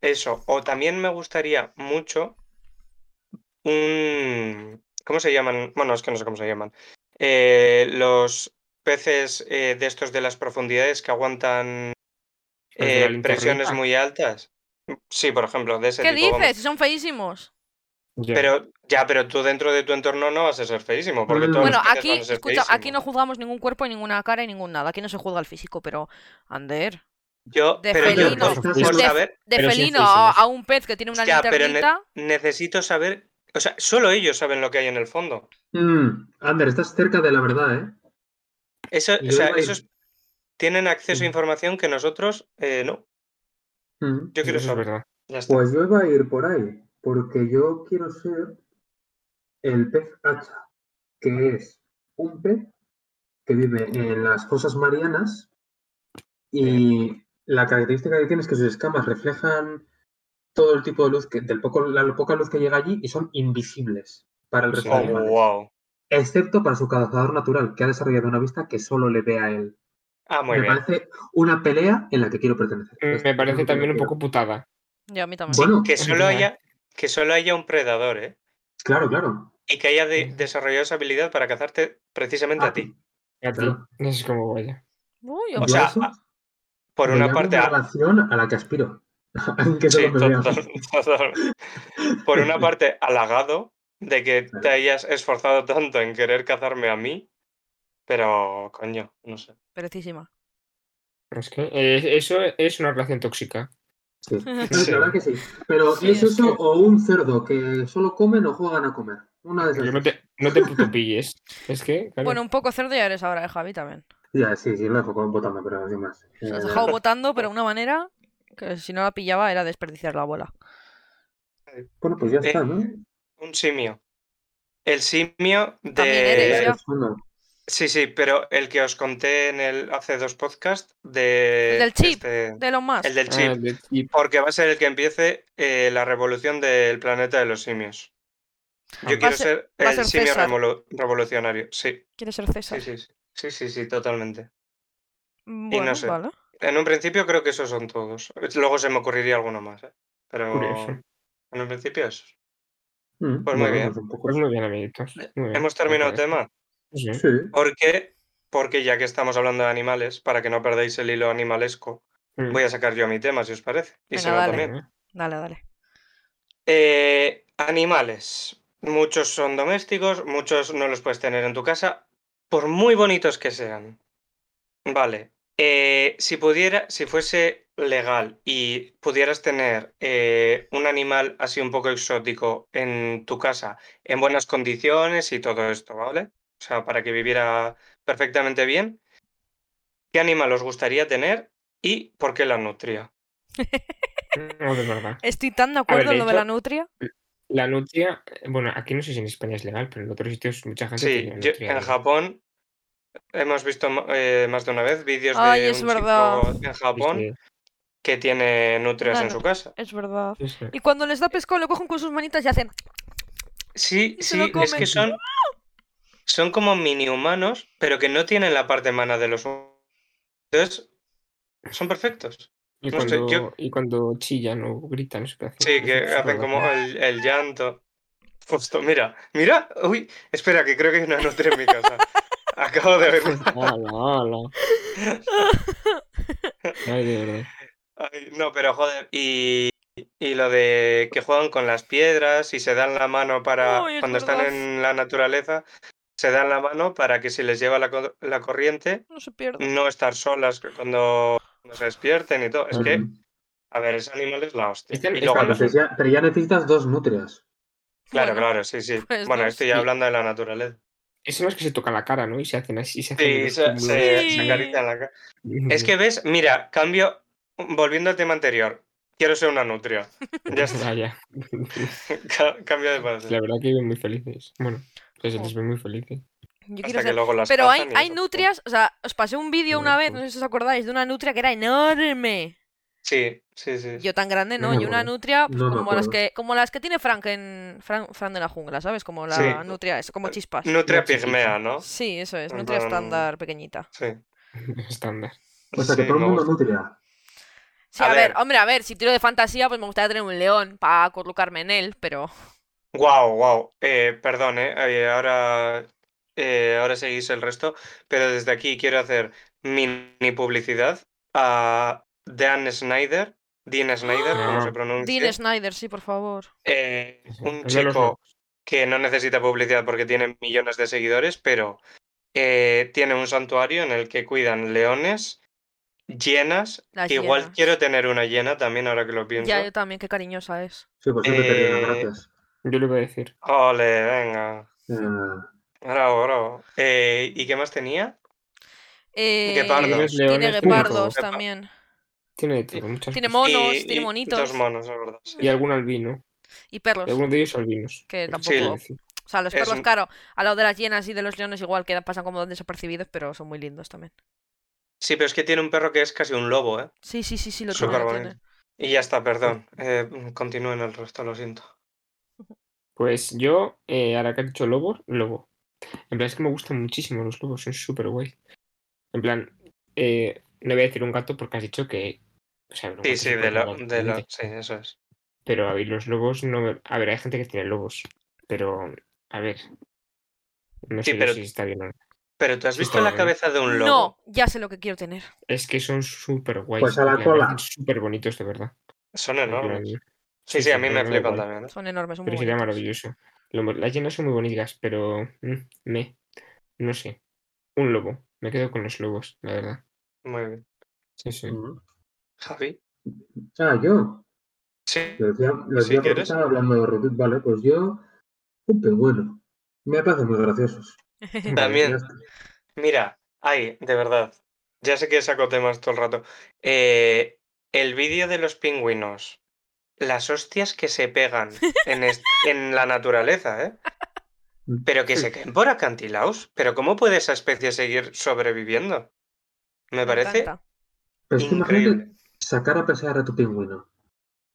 Speaker 4: eso. O también me gustaría mucho un... ¿Cómo se llaman? Bueno, es que no sé cómo se llaman. Eh, los peces eh, de estos de las profundidades que aguantan
Speaker 1: Los Pues de la
Speaker 4: eh,
Speaker 1: linterna.
Speaker 4: presiones muy altas. Sí, por ejemplo, de ese
Speaker 2: ¿Qué
Speaker 4: tipo. vamos.
Speaker 2: dices? Si Son feísimos.
Speaker 1: Ya.
Speaker 4: Pero ya, pero tú dentro de tu entorno no vas a ser feísimo, porque
Speaker 3: Bueno,
Speaker 4: todos los
Speaker 2: Bueno,
Speaker 4: peces
Speaker 2: aquí,
Speaker 4: van a ser
Speaker 2: escucha, aquí no
Speaker 4: feísimos.
Speaker 2: juzgamos ningún cuerpo y ninguna cara y ningún nada. Aquí no se juzga el físico, pero. Ander.
Speaker 4: Yo,
Speaker 2: de
Speaker 4: pero yo
Speaker 2: felino.
Speaker 4: por- por
Speaker 2: De-
Speaker 4: saber,
Speaker 2: De
Speaker 1: Pero sí
Speaker 2: felino a,
Speaker 1: feísimos.
Speaker 2: a un pez que tiene una
Speaker 4: Ya, pero ne-
Speaker 2: linternita.
Speaker 4: necesito saber, o sea, solo ellos saben lo que hay en el fondo.
Speaker 3: Mm, Ander, estás cerca de la verdad, ¿eh?
Speaker 4: Eso,
Speaker 3: Yo
Speaker 4: o sea,
Speaker 3: iba a ir-
Speaker 4: esos tienen acceso a
Speaker 3: Mm.
Speaker 4: información que nosotros eh, no.
Speaker 3: Mm.
Speaker 4: Yo
Speaker 1: Eso
Speaker 4: quiero
Speaker 1: es
Speaker 4: saber.
Speaker 1: verdad.
Speaker 4: Ya está.
Speaker 3: Pues yo iba a ir por ahí, porque yo quiero ser el pez hacha, que es un pez que vive en las fosas marianas y la característica que tiene es que sus escamas reflejan todo el tipo de luz, que, del poco, la poca luz que llega allí y son invisibles para el resto
Speaker 4: Oh,
Speaker 3: de animales.
Speaker 4: wow.
Speaker 3: Excepto para su cazador natural, que ha desarrollado una vista que solo le ve a él.
Speaker 4: Ah, muy
Speaker 3: Me
Speaker 4: bien.
Speaker 3: parece una pelea en la que quiero pertenecer.
Speaker 1: Mm,
Speaker 3: Esto
Speaker 1: Me
Speaker 3: es lo
Speaker 1: parece
Speaker 3: que
Speaker 1: también un
Speaker 3: quiero.
Speaker 1: poco putada.
Speaker 2: Yo a mí también.
Speaker 3: Bueno,
Speaker 4: Que solo
Speaker 1: Genial.
Speaker 4: haya, que solo haya un predador, ¿eh?
Speaker 3: claro, claro.
Speaker 4: Y que haya de-
Speaker 1: Ujú.
Speaker 4: desarrollado esa habilidad para cazarte precisamente
Speaker 3: Ah,
Speaker 4: a ti.
Speaker 1: A ti.
Speaker 3: Claro.
Speaker 1: No sé cómo vaya.
Speaker 2: Uy,
Speaker 4: O
Speaker 2: ojo.
Speaker 4: sea,
Speaker 3: eso
Speaker 4: a- Por
Speaker 3: le
Speaker 4: una
Speaker 3: llamo
Speaker 4: parte,
Speaker 3: una
Speaker 4: a-
Speaker 3: relación a pues la que aspiro. Alguien que
Speaker 4: sí,
Speaker 3: solo me vea.
Speaker 4: total- total. por una parte, halagado de que te
Speaker 3: Claro.
Speaker 4: hayas esforzado tanto en querer cazarme a mí, pero coño, no sé.
Speaker 2: Perecísima.
Speaker 1: Es que eh, eso es una relación tóxica.
Speaker 3: Sí.
Speaker 4: Sí.
Speaker 3: La verdad que sí. Pero
Speaker 2: Sí,
Speaker 3: es
Speaker 2: es
Speaker 3: eso
Speaker 1: que-
Speaker 3: o un cerdo que solo comen o juegan a comer. Una de esas.
Speaker 1: Yo no
Speaker 3: dos.
Speaker 1: te, no te puto pilles. Es que. claro.
Speaker 2: Bueno, un poco cerdo ya eres ahora, de Javi también.
Speaker 3: Ya, sí, sí, lo dejo con- votando, pero sin más.
Speaker 2: Se has
Speaker 3: Eh,
Speaker 2: dejado votando, pero de una manera que si no la pillaba era desperdiciar la bola.
Speaker 3: bueno, pues ya
Speaker 4: Eh,
Speaker 3: está, ¿no?
Speaker 4: Un simio. El simio
Speaker 2: También eres,
Speaker 4: de.
Speaker 2: ya.
Speaker 3: Bueno,
Speaker 4: Sí, sí, pero el que os conté en el hace dos podcasts de.
Speaker 2: El del chip.
Speaker 4: este-
Speaker 2: De lo más.
Speaker 4: el del chip.
Speaker 1: Ah, de- y-
Speaker 4: Porque va a ser el que empiece eh, la revolución del planeta de los simios. Yo
Speaker 1: Ah.
Speaker 2: Va a
Speaker 4: quiero
Speaker 2: ser-
Speaker 4: ser,
Speaker 2: va a
Speaker 4: el
Speaker 2: ser
Speaker 4: simio
Speaker 2: César.
Speaker 4: remolo- revolucionario. Sí,
Speaker 2: ¿Quieres ser César?
Speaker 4: sí, sí, sí. Sí, sí, sí, totalmente.
Speaker 2: Bueno,
Speaker 4: sé.
Speaker 2: vale.
Speaker 4: En un principio creo que esos son todos. Luego se me ocurriría alguno más, ¿eh? Pero
Speaker 1: Curioso.
Speaker 4: en un principio esos.
Speaker 3: mm,
Speaker 4: muy
Speaker 3: bueno,
Speaker 4: bien.
Speaker 3: un poco-
Speaker 1: Pues muy bien, amiguitos. Muy bien.
Speaker 4: Hemos terminado el
Speaker 1: Me
Speaker 4: tema.
Speaker 1: parece. Sí.
Speaker 3: Sí.
Speaker 4: Porque, porque ya que estamos hablando de animales, para que no perdáis el hilo animalesco,
Speaker 1: Mm.
Speaker 4: voy a sacar yo mi tema, si os parece. Y
Speaker 2: Venga,
Speaker 4: Seba
Speaker 2: dale.
Speaker 4: también.
Speaker 2: Dale, dale.
Speaker 4: Eh, animales. Muchos son domésticos, muchos no los puedes tener en tu casa, por muy bonitos que sean. Vale. eh, si pudiera, si fuese legal y pudieras tener eh, un animal así un poco exótico en tu casa, en buenas condiciones y todo esto, ¿vale? O sea, para que viviera perfectamente bien, ¿qué animal os gustaría tener y por qué la nutria?
Speaker 1: No, de verdad.
Speaker 2: Estoy tan de acuerdo
Speaker 1: de
Speaker 2: en lo de la
Speaker 1: hecho-
Speaker 2: nutria.
Speaker 1: La nutria, eh, bueno, aquí no sé si en España es legal, pero en otros sitios mucha gente
Speaker 4: Sí,
Speaker 1: tiene
Speaker 4: yo-
Speaker 1: nutria.
Speaker 4: en Japón hemos visto ma- eh, más de una vez vídeos
Speaker 2: Ay,
Speaker 4: de
Speaker 2: es
Speaker 4: un
Speaker 2: verdad.
Speaker 4: chico en Japón
Speaker 1: Sí,
Speaker 4: que tiene nutrias en
Speaker 2: Claro.
Speaker 4: su casa.
Speaker 2: Es verdad.
Speaker 1: Sí, sí.
Speaker 2: Y cuando les da pescado, lo cogen con sus manitas y hacen.
Speaker 4: Sí,
Speaker 2: Y se lo
Speaker 4: sí, es
Speaker 2: comen.
Speaker 4: que son, son como mini humanos, pero que no tienen la parte humana de los humanos. Entonces, son perfectos.
Speaker 1: Y,
Speaker 4: No sé,
Speaker 1: cuando,
Speaker 4: yo-
Speaker 1: y cuando chillan o gritan, eso que hacen.
Speaker 4: Pues Sí, que
Speaker 1: Es
Speaker 4: hacen
Speaker 1: horroroso.
Speaker 4: como el, el llanto. Justo, mira, mira, uy, espera, que creo que hay una nutria en mi casa. Acabo de ver.
Speaker 1: Ala, ala. Ay, de verdad.
Speaker 4: Ay, no, pero joder, y, y lo de que juegan con las piedras y se dan la mano para,
Speaker 2: Ay, es
Speaker 4: cuando están
Speaker 2: verdad.
Speaker 4: en la naturaleza, se dan la mano para que si les lleva la, cor- la corriente,
Speaker 2: No se pierden.
Speaker 4: no estar solas cuando, cuando se despierten y todo. Es que,
Speaker 3: Claro.
Speaker 4: a ver, ese animal es la hostia.
Speaker 1: Este-
Speaker 4: Y
Speaker 1: este
Speaker 4: luego,
Speaker 1: animal
Speaker 4: los-
Speaker 1: es-
Speaker 3: Entonces ya- pero ya necesitas dos nutrias.
Speaker 4: Mm, claro,
Speaker 2: Bueno,
Speaker 4: claro, sí, sí.
Speaker 2: pues
Speaker 4: bueno,
Speaker 2: no
Speaker 4: estoy
Speaker 1: sé.
Speaker 4: ya hablando de la naturaleza.
Speaker 1: Eso no es que se tocan la cara, ¿no? Y se hacen así. Se hacen
Speaker 4: Sí,
Speaker 1: los
Speaker 4: se,
Speaker 1: túmulos.
Speaker 4: se- se
Speaker 2: Sí.
Speaker 4: acarician la cara. Es que ves, mira, cambio, volviendo al tema anterior, quiero ser una nutria. Ya está,
Speaker 1: Vaya.
Speaker 4: ca- cambio de parecer.
Speaker 1: La verdad que viven muy felices. Bueno, pues se les
Speaker 2: Jo.
Speaker 1: ven muy felices.
Speaker 2: Yo
Speaker 4: Hasta
Speaker 2: quiero
Speaker 4: que
Speaker 2: ser.
Speaker 4: luego las
Speaker 2: Pero hay,
Speaker 4: cazan y
Speaker 2: hay
Speaker 4: eso.
Speaker 2: nutrias, o sea, os pasé un vídeo una vez, no sé si os acordáis, de una nutria que era enorme.
Speaker 4: Sí, sí, sí.
Speaker 2: Yo tan grande,
Speaker 1: No
Speaker 2: ¿no?
Speaker 1: me
Speaker 2: Y una
Speaker 1: acuerdo.
Speaker 2: nutria pues,
Speaker 3: No me
Speaker 2: como las
Speaker 3: acuerdo.
Speaker 2: que como las que tiene Frank en Fran, Fran de la jungla, ¿sabes? Como la
Speaker 4: Sí. Eh,
Speaker 2: nutria, es como chispas.
Speaker 4: Nutria
Speaker 1: Una chiquita.
Speaker 4: pigmea, ¿no?
Speaker 2: Sí, eso es,
Speaker 4: En
Speaker 2: nutria
Speaker 4: plan-
Speaker 2: estándar pequeñita.
Speaker 4: Sí.
Speaker 1: Estándar.
Speaker 3: O sea,
Speaker 4: Sí,
Speaker 3: que todo el
Speaker 4: me
Speaker 3: mundo
Speaker 4: gusta.
Speaker 3: nutria.
Speaker 2: Sí,
Speaker 4: A
Speaker 2: a, ver.
Speaker 4: ver.
Speaker 2: hombre, a ver, si tiro de fantasía, pues me gustaría tener un león para colocarme en él, pero
Speaker 4: Guau, guau. Eh, perdón, eh, eh, ahora, eh, ahora seguís el resto, pero desde aquí quiero hacer mini publicidad a Dan Snyder, Dean Snyder, como se
Speaker 1: Ah.
Speaker 4: pronuncia,
Speaker 2: Dean Snyder, sí, por favor.
Speaker 4: eh,
Speaker 1: Sí, sí.
Speaker 4: un
Speaker 1: Es de los
Speaker 4: chico que no necesita publicidad porque tiene millones de seguidores, pero eh, tiene un santuario en el que cuidan leones, hienas,
Speaker 2: Las
Speaker 4: que igual
Speaker 2: hienas.
Speaker 4: quiero tener una hiena también ahora que lo pienso.
Speaker 2: Ya, yo también, qué cariñosa es.
Speaker 3: Sí, pues siempre te
Speaker 4: Eh,
Speaker 3: digo, gracias.
Speaker 1: Yo le voy a decir.
Speaker 4: Ole, venga.
Speaker 3: Eh,
Speaker 4: Bravo, bravo. Eh, ¿Y qué más tenía?
Speaker 2: Eh,
Speaker 4: Guepardos.
Speaker 1: Tienes
Speaker 2: Tiene
Speaker 1: leones, tiene
Speaker 2: guepardos
Speaker 4: todo.
Speaker 2: también.
Speaker 1: Tiene de todo, muchas
Speaker 2: Tiene
Speaker 1: cosas.
Speaker 2: monos,
Speaker 4: Y-
Speaker 2: tiene
Speaker 4: y
Speaker 2: monitos.
Speaker 4: Dos monos, la verdad. sí.
Speaker 1: Y algún albino.
Speaker 2: Y perros.
Speaker 1: Y algunos de ellos albinos.
Speaker 2: Que
Speaker 1: Sí,
Speaker 2: tampoco-
Speaker 1: sí, sí.
Speaker 2: O sea, los
Speaker 4: Es
Speaker 2: perros,
Speaker 4: un-
Speaker 2: claro, al lado de las hienas y de los leones igual quedan, pasan como desapercibidos, pero son muy lindos también.
Speaker 4: Sí, pero es que tiene un perro que es casi un lobo, ¿eh?
Speaker 2: Sí, sí, sí, sí, lo tiene,
Speaker 4: Súper
Speaker 2: lo
Speaker 4: bonito.
Speaker 2: tiene.
Speaker 4: Y ya está, perdón. Eh, continúen el resto, lo siento.
Speaker 1: Pues yo, eh, ahora que has dicho lobos, lobo. En plan, es que me gustan muchísimo los lobos, son súper guay. En plan, eh, no voy a decir un gato porque has dicho que. o sea, un gato
Speaker 4: Sí,
Speaker 1: es
Speaker 4: sí,
Speaker 1: un
Speaker 4: de
Speaker 1: gato,
Speaker 4: la,
Speaker 1: gato,
Speaker 4: de la-
Speaker 1: obviamente.
Speaker 4: Sí, eso es.
Speaker 1: Pero a ver, los lobos no. me- A ver, hay gente que tiene lobos. Pero, a ver. No
Speaker 4: Sí,
Speaker 1: sé yo
Speaker 4: pero-
Speaker 1: si está bien o no.
Speaker 4: Pero ¿tú has
Speaker 1: Sí,
Speaker 4: visto
Speaker 1: está
Speaker 4: la
Speaker 1: bien.
Speaker 4: cabeza de un lobo?
Speaker 2: No, ya sé lo que quiero tener.
Speaker 1: Es que son súper guays.
Speaker 3: Pues a la cola.
Speaker 1: Súper bonitos, de verdad.
Speaker 4: Son
Speaker 1: En plan,
Speaker 4: enormes. Sí,
Speaker 1: sí,
Speaker 4: sí, a
Speaker 1: sí,
Speaker 4: mí
Speaker 1: no,
Speaker 4: me
Speaker 1: no,
Speaker 4: flipan
Speaker 1: igual.
Speaker 4: también. ¿eh?
Speaker 2: Son enormes, son muy
Speaker 1: Pero sería
Speaker 2: bonitos.
Speaker 1: maravilloso. Lo- Las llenas son muy bonitas, pero. mm, me. No sé. Un lobo. Me quedo con los lobos, la verdad.
Speaker 4: Muy bien.
Speaker 1: Sí, sí.
Speaker 3: ujú.
Speaker 4: Javi.
Speaker 3: Ah, mm, yo.
Speaker 4: Sí.
Speaker 3: Lo decía, lo
Speaker 4: Pues Si
Speaker 3: decía porque
Speaker 4: quieres.
Speaker 3: estaba hablando de Rubik, vale, pues yo. Un bueno. Me parecen muy graciosos.
Speaker 4: También.
Speaker 3: Ya está.
Speaker 4: Mira, ay, de verdad. Ya sé que saco temas todo el rato. Eh, el vídeo de los pingüinos. Las hostias que se pegan en, est- en la naturaleza, ¿eh?
Speaker 3: Mm,
Speaker 4: Pero que se caen por acantilados. Pero ¿cómo puede esa especie seguir sobreviviendo? Me parece
Speaker 2: encanta.
Speaker 3: Pero es que imagínate
Speaker 4: increíble.
Speaker 3: sacar a pesar a tu pingüino.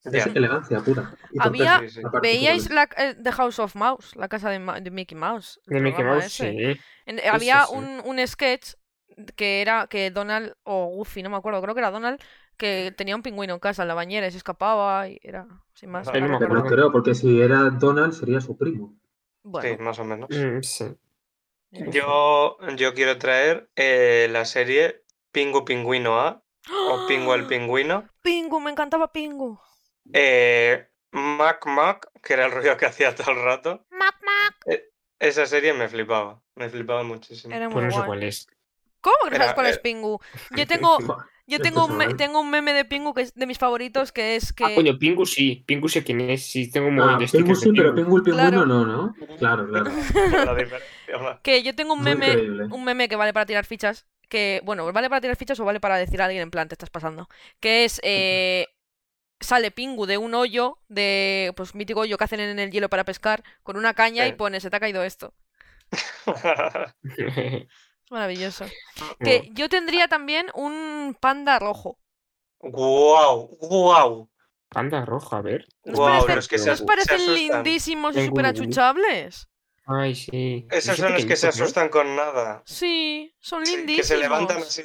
Speaker 4: Ya.
Speaker 3: Es elegancia pura. Y
Speaker 2: Había-
Speaker 3: torpeza,
Speaker 4: Sí, sí.
Speaker 3: aparte,
Speaker 2: ¿Veíais
Speaker 3: seguro.
Speaker 2: la, eh, The House of Mouse? La casa de, Ma- de Mickey Mouse. el
Speaker 1: De Mickey
Speaker 2: programa
Speaker 1: Mouse,
Speaker 2: ese.
Speaker 1: sí.
Speaker 2: En- había
Speaker 1: sí.
Speaker 2: un, un sketch que era que Donald o Goofy, no me acuerdo, creo que era Donald, que tenía un pingüino en casa en la bañera y se escapaba y era sin más.
Speaker 4: Ah,
Speaker 2: ahora
Speaker 1: no me
Speaker 2: me
Speaker 3: Pero
Speaker 1: acuerdo.
Speaker 3: no creo, porque si era Donald sería su primo.
Speaker 4: Sí,
Speaker 2: Bueno,
Speaker 4: más o menos.
Speaker 1: Mm, sí.
Speaker 4: Yo, yo quiero traer eh, la serie Pingu Pingüino A o Pingu el Pingüino.
Speaker 2: Pingu, me encantaba Pingu.
Speaker 4: Eh, Mac Mac, que era el ruido que hacía todo el rato.
Speaker 2: Mac, mac.
Speaker 4: Esa serie me flipaba, me flipaba muchísimo.
Speaker 2: Era muy
Speaker 1: Pues no sé
Speaker 2: guay.
Speaker 1: cuál es.
Speaker 2: ¿Cómo que no
Speaker 4: Era- eh,
Speaker 2: sabes cuál es
Speaker 4: era-
Speaker 2: Pingu? Yo tengo, yo
Speaker 3: Yo
Speaker 2: tengo,
Speaker 3: qué
Speaker 2: un me-
Speaker 3: sé.
Speaker 2: tengo un meme de Pingu que es de mis favoritos, que es
Speaker 1: Ah,
Speaker 2: que...
Speaker 1: coño, Pingu sí. Pingu sé quién es. Sí, tengo un montón
Speaker 3: Ah,
Speaker 1: de
Speaker 3: Pingu
Speaker 1: stickers
Speaker 3: sí,
Speaker 1: de
Speaker 3: pero
Speaker 1: Pingu.
Speaker 3: Pingu el pingüino
Speaker 2: Claro.
Speaker 3: no, ¿no? Claro, claro.
Speaker 4: La diferencia, va.
Speaker 2: Que yo tengo un
Speaker 3: Muy
Speaker 2: meme,
Speaker 3: increíble.
Speaker 2: un meme que vale para tirar fichas, que, bueno, vale para tirar fichas o vale para decir a alguien en plan, te estás pasando. Que es, eh, sale Pingu de un hoyo, de, pues, mítico hoyo que hacen en el hielo para pescar, con una caña y
Speaker 4: Sí.
Speaker 2: pone, se te ha caído esto. Es maravilloso. Que yo tendría también un panda rojo.
Speaker 4: ¡Guau! ¡Guau!
Speaker 1: Panda roja, a ver.
Speaker 2: ¿Nos
Speaker 4: Guau,
Speaker 2: parecen,
Speaker 4: los que se
Speaker 2: nos
Speaker 4: asu-
Speaker 2: parecen
Speaker 4: se asustan.
Speaker 2: lindísimos y
Speaker 1: Tengo
Speaker 2: súper
Speaker 1: uno.
Speaker 2: achuchables?
Speaker 1: Ay, sí.
Speaker 4: Esos
Speaker 1: Son
Speaker 4: son los que se
Speaker 1: pequeñitos, ¿no?
Speaker 4: asustan con nada.
Speaker 2: Sí, son
Speaker 4: Sí,
Speaker 2: lindísimos.
Speaker 4: que se levantan así.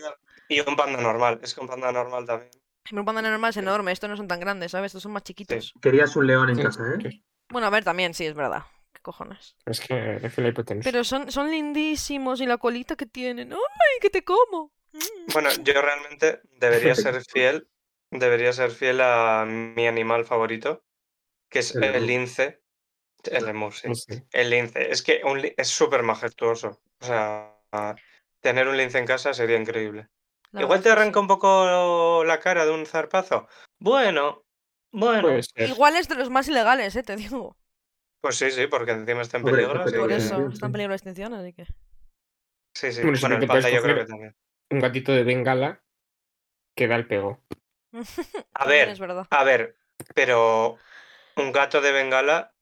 Speaker 4: Y un panda normal. Es que un panda normal también.
Speaker 2: Un panda normal es enorme, estos no son tan grandes, ¿sabes? Estos son más chiquitos.
Speaker 3: Querías un león en
Speaker 1: Sí,
Speaker 3: casa, ¿eh?
Speaker 1: sí.
Speaker 2: Bueno, a ver, también, sí, es verdad. ¿Qué cojones?
Speaker 1: Es que es que la hipotenusa.
Speaker 2: Pero son, son lindísimos y la colita que tienen. ¡Ay, que te como! Mm.
Speaker 4: Bueno, yo realmente debería ser fiel. Debería ser fiel a mi animal favorito, que es
Speaker 3: El
Speaker 4: el
Speaker 3: lemur.
Speaker 4: lince. El lemur, sí.
Speaker 1: No sé.
Speaker 4: El lince. Es que un li- es súper majestuoso. O sea, tener un lince en casa sería increíble.
Speaker 2: La
Speaker 4: Igual
Speaker 2: verdad
Speaker 4: te
Speaker 2: es que
Speaker 4: arranca un poco la cara de un zarpazo. Bueno, bueno.
Speaker 1: Puede
Speaker 4: Pues,
Speaker 2: sí.
Speaker 1: ser.
Speaker 2: Igual es de los más ilegales, ¿eh? Te digo.
Speaker 4: sí, sí, porque encima está en
Speaker 3: Hombre,
Speaker 4: peligro. así
Speaker 3: pero-
Speaker 2: Por
Speaker 4: que-
Speaker 2: eso,
Speaker 3: sí,
Speaker 2: está en
Speaker 3: sí.
Speaker 2: peligro de extinción, así que...
Speaker 4: Sí, sí.
Speaker 1: Hombre, si
Speaker 4: Bueno,
Speaker 1: no te
Speaker 4: el
Speaker 1: puedes
Speaker 4: panda yo creo
Speaker 1: coger-
Speaker 4: que también.
Speaker 1: Un gatito de bengala que da el pego.
Speaker 4: A
Speaker 2: también
Speaker 4: ver,
Speaker 2: Es verdad.
Speaker 4: a ver, pero un gato de Bengala.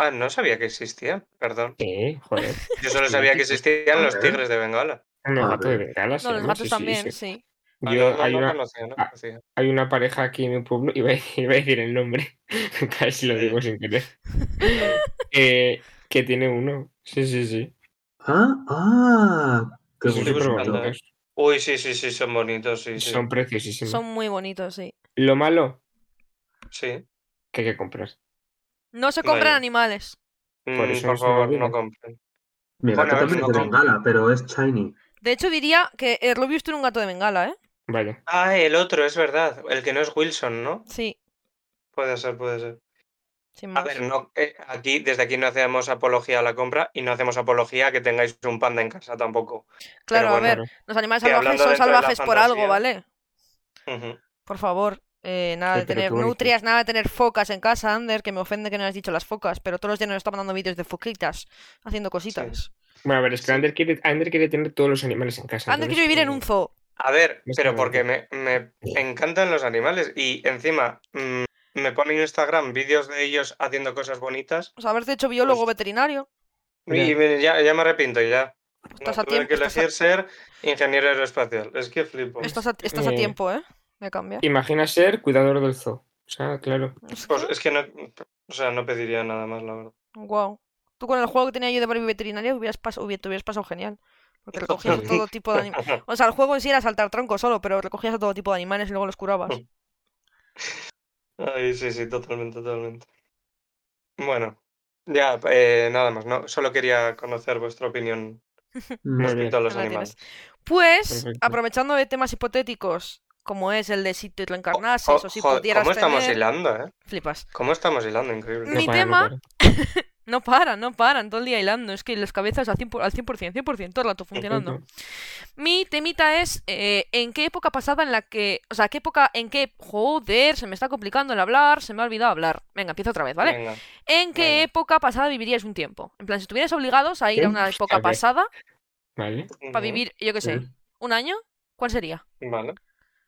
Speaker 4: Ah, no sabía que existía, perdón.
Speaker 1: Sí, joder.
Speaker 4: Yo solo sabía que existían los
Speaker 3: Ah,
Speaker 4: tigres de Bengala.
Speaker 1: No,
Speaker 3: A
Speaker 1: gato de
Speaker 3: ver.
Speaker 1: bengala. se
Speaker 2: No, los
Speaker 1: llama,
Speaker 2: gatos
Speaker 1: Ah, sí, sí,
Speaker 2: también,
Speaker 1: sí.
Speaker 2: sí.
Speaker 4: Ah,
Speaker 1: Yo-
Speaker 4: no, no,
Speaker 1: hay,
Speaker 4: no
Speaker 1: una,
Speaker 4: conocía, no
Speaker 1: ah,
Speaker 4: conocía.
Speaker 1: hay una pareja aquí en mi pueblo, iba a, iba a decir el nombre, casi lo
Speaker 4: Sí.
Speaker 1: digo sin querer, eh, que tiene uno. Sí, sí, sí.
Speaker 3: Ah, ah. Qué
Speaker 1: Y son
Speaker 4: estoy
Speaker 1: súper
Speaker 4: buscando,
Speaker 3: bonito.
Speaker 4: ¿eh?
Speaker 1: bonitos.
Speaker 4: Uy, sí, sí, sí, son bonitos, sí, sí.
Speaker 1: Son preciosísimos.
Speaker 2: Son muy bonitos, sí.
Speaker 1: Lo malo,
Speaker 4: Sí.
Speaker 1: que hay que comprar.
Speaker 2: No se
Speaker 4: Vaya.
Speaker 2: compran animales.
Speaker 1: Por
Speaker 4: Mm, Por,
Speaker 1: eso es una
Speaker 4: favor,
Speaker 1: vida.
Speaker 4: no compren.
Speaker 3: Mi
Speaker 4: Bueno,
Speaker 3: gato
Speaker 4: a ver,
Speaker 3: también
Speaker 4: no
Speaker 3: es de
Speaker 4: como-
Speaker 3: bengala, pero es shiny.
Speaker 2: De hecho, diría que eh, Rubius tiene un gato de bengala, ¿eh?
Speaker 1: Vaya.
Speaker 4: Ah, el otro, es verdad. El que no es Wilson, ¿no?
Speaker 2: Sí,
Speaker 4: Puede ser, puede ser.
Speaker 2: sin
Speaker 4: A
Speaker 2: más.
Speaker 4: ver, no, eh, aquí, desde aquí no hacemos apología a la compra y no hacemos apología a que tengáis un panda en casa tampoco.
Speaker 2: claro, a
Speaker 4: bueno,
Speaker 2: ver,
Speaker 1: Claro.
Speaker 2: los animales
Speaker 4: que
Speaker 2: salvajes
Speaker 4: hablando
Speaker 2: son
Speaker 4: dentro de la
Speaker 2: salvajes por algo,
Speaker 4: fantasía-
Speaker 2: ¿vale?
Speaker 4: Ujú.
Speaker 2: Por favor, eh, nada
Speaker 1: Sí,
Speaker 2: de
Speaker 1: pero
Speaker 2: tener
Speaker 1: qué bonito.
Speaker 2: nutrias, nada de tener focas en casa, Ander, que me ofende que no has dicho las focas, pero todos los días nos está mandando vídeos de foquitas, haciendo cositas.
Speaker 1: Bueno, a ver, es que
Speaker 4: Sí.
Speaker 1: Ander quiere, Ander quiere tener todos los animales en casa.
Speaker 2: Ander quiere
Speaker 1: entonces,
Speaker 2: vivir en
Speaker 1: eh,
Speaker 2: un zoo.
Speaker 4: A ver,
Speaker 1: No está
Speaker 4: pero
Speaker 1: mal,
Speaker 4: porque me, me encantan los animales y encima mm, me ponen en Instagram vídeos de ellos haciendo cosas bonitas
Speaker 2: O sea, haberte hecho biólogo
Speaker 4: Pues-
Speaker 2: veterinario.
Speaker 4: y
Speaker 1: Ya.
Speaker 4: me- ya, ya me arrepiento ya. No,
Speaker 2: Estás a
Speaker 4: tuve
Speaker 2: tiempo.
Speaker 4: que
Speaker 2: Estás a,
Speaker 4: elegir ser ingeniero aeroespacial. Es que flipo.
Speaker 2: estás a- estás a
Speaker 1: Eh,
Speaker 2: tiempo, ¿eh? De cambiar.
Speaker 1: Imagina ser cuidador del zoo. O sea, claro.
Speaker 4: Pues es que no, o sea, no pediría nada más, la verdad.
Speaker 2: Wow. Tú con el juego que tenía yo de Barbie veterinaria hubieras pas- hubi- te hubieras pasado genial. Porque recogías a todo tipo de animales. O sea, el juego en sí era saltar troncos solo, pero recogías a todo tipo de animales y luego los curabas.
Speaker 4: Ay, sí, sí, totalmente, totalmente. Bueno, ya, eh, nada más, ¿no? Solo quería conocer vuestra opinión
Speaker 3: Mm,
Speaker 1: Muy bien.
Speaker 4: respecto a los
Speaker 2: Ya la tienes.
Speaker 4: animales.
Speaker 2: Pues,
Speaker 1: Perfecto.
Speaker 2: aprovechando de temas hipotéticos, como es el de si te reencarnases
Speaker 4: Jo-
Speaker 2: o si
Speaker 4: jo-
Speaker 2: pudieras
Speaker 4: Oh, ¿Cómo estamos
Speaker 2: tener... Mm,
Speaker 4: hilando, eh?
Speaker 2: Flipas.
Speaker 4: ¿Cómo estamos hilando? Increíble.
Speaker 1: No
Speaker 2: Mi
Speaker 1: para, no
Speaker 2: tema-
Speaker 1: para.
Speaker 2: No paran, no paran, todo el día hilando. Es que las cabezas al 100%, al 100%, 100% todo el rato funcionando. Mi temita es, eh, ¿en qué época pasada en la que... O sea, ¿qué época en qué... Joder, se me está complicando el hablar, se me ha olvidado hablar. Venga, empiezo otra vez, ¿vale?
Speaker 4: Venga.
Speaker 2: ¿En qué
Speaker 4: Venga.
Speaker 2: época pasada vivirías un tiempo? En plan, si estuvieras obligados a ir a
Speaker 1: ¿Qué?
Speaker 2: una época
Speaker 1: A ver.
Speaker 2: pasada
Speaker 1: Vale.
Speaker 2: para
Speaker 4: Ujú.
Speaker 2: vivir, yo qué sé,
Speaker 3: Sí.
Speaker 2: un año, ¿cuál sería?
Speaker 4: Vale.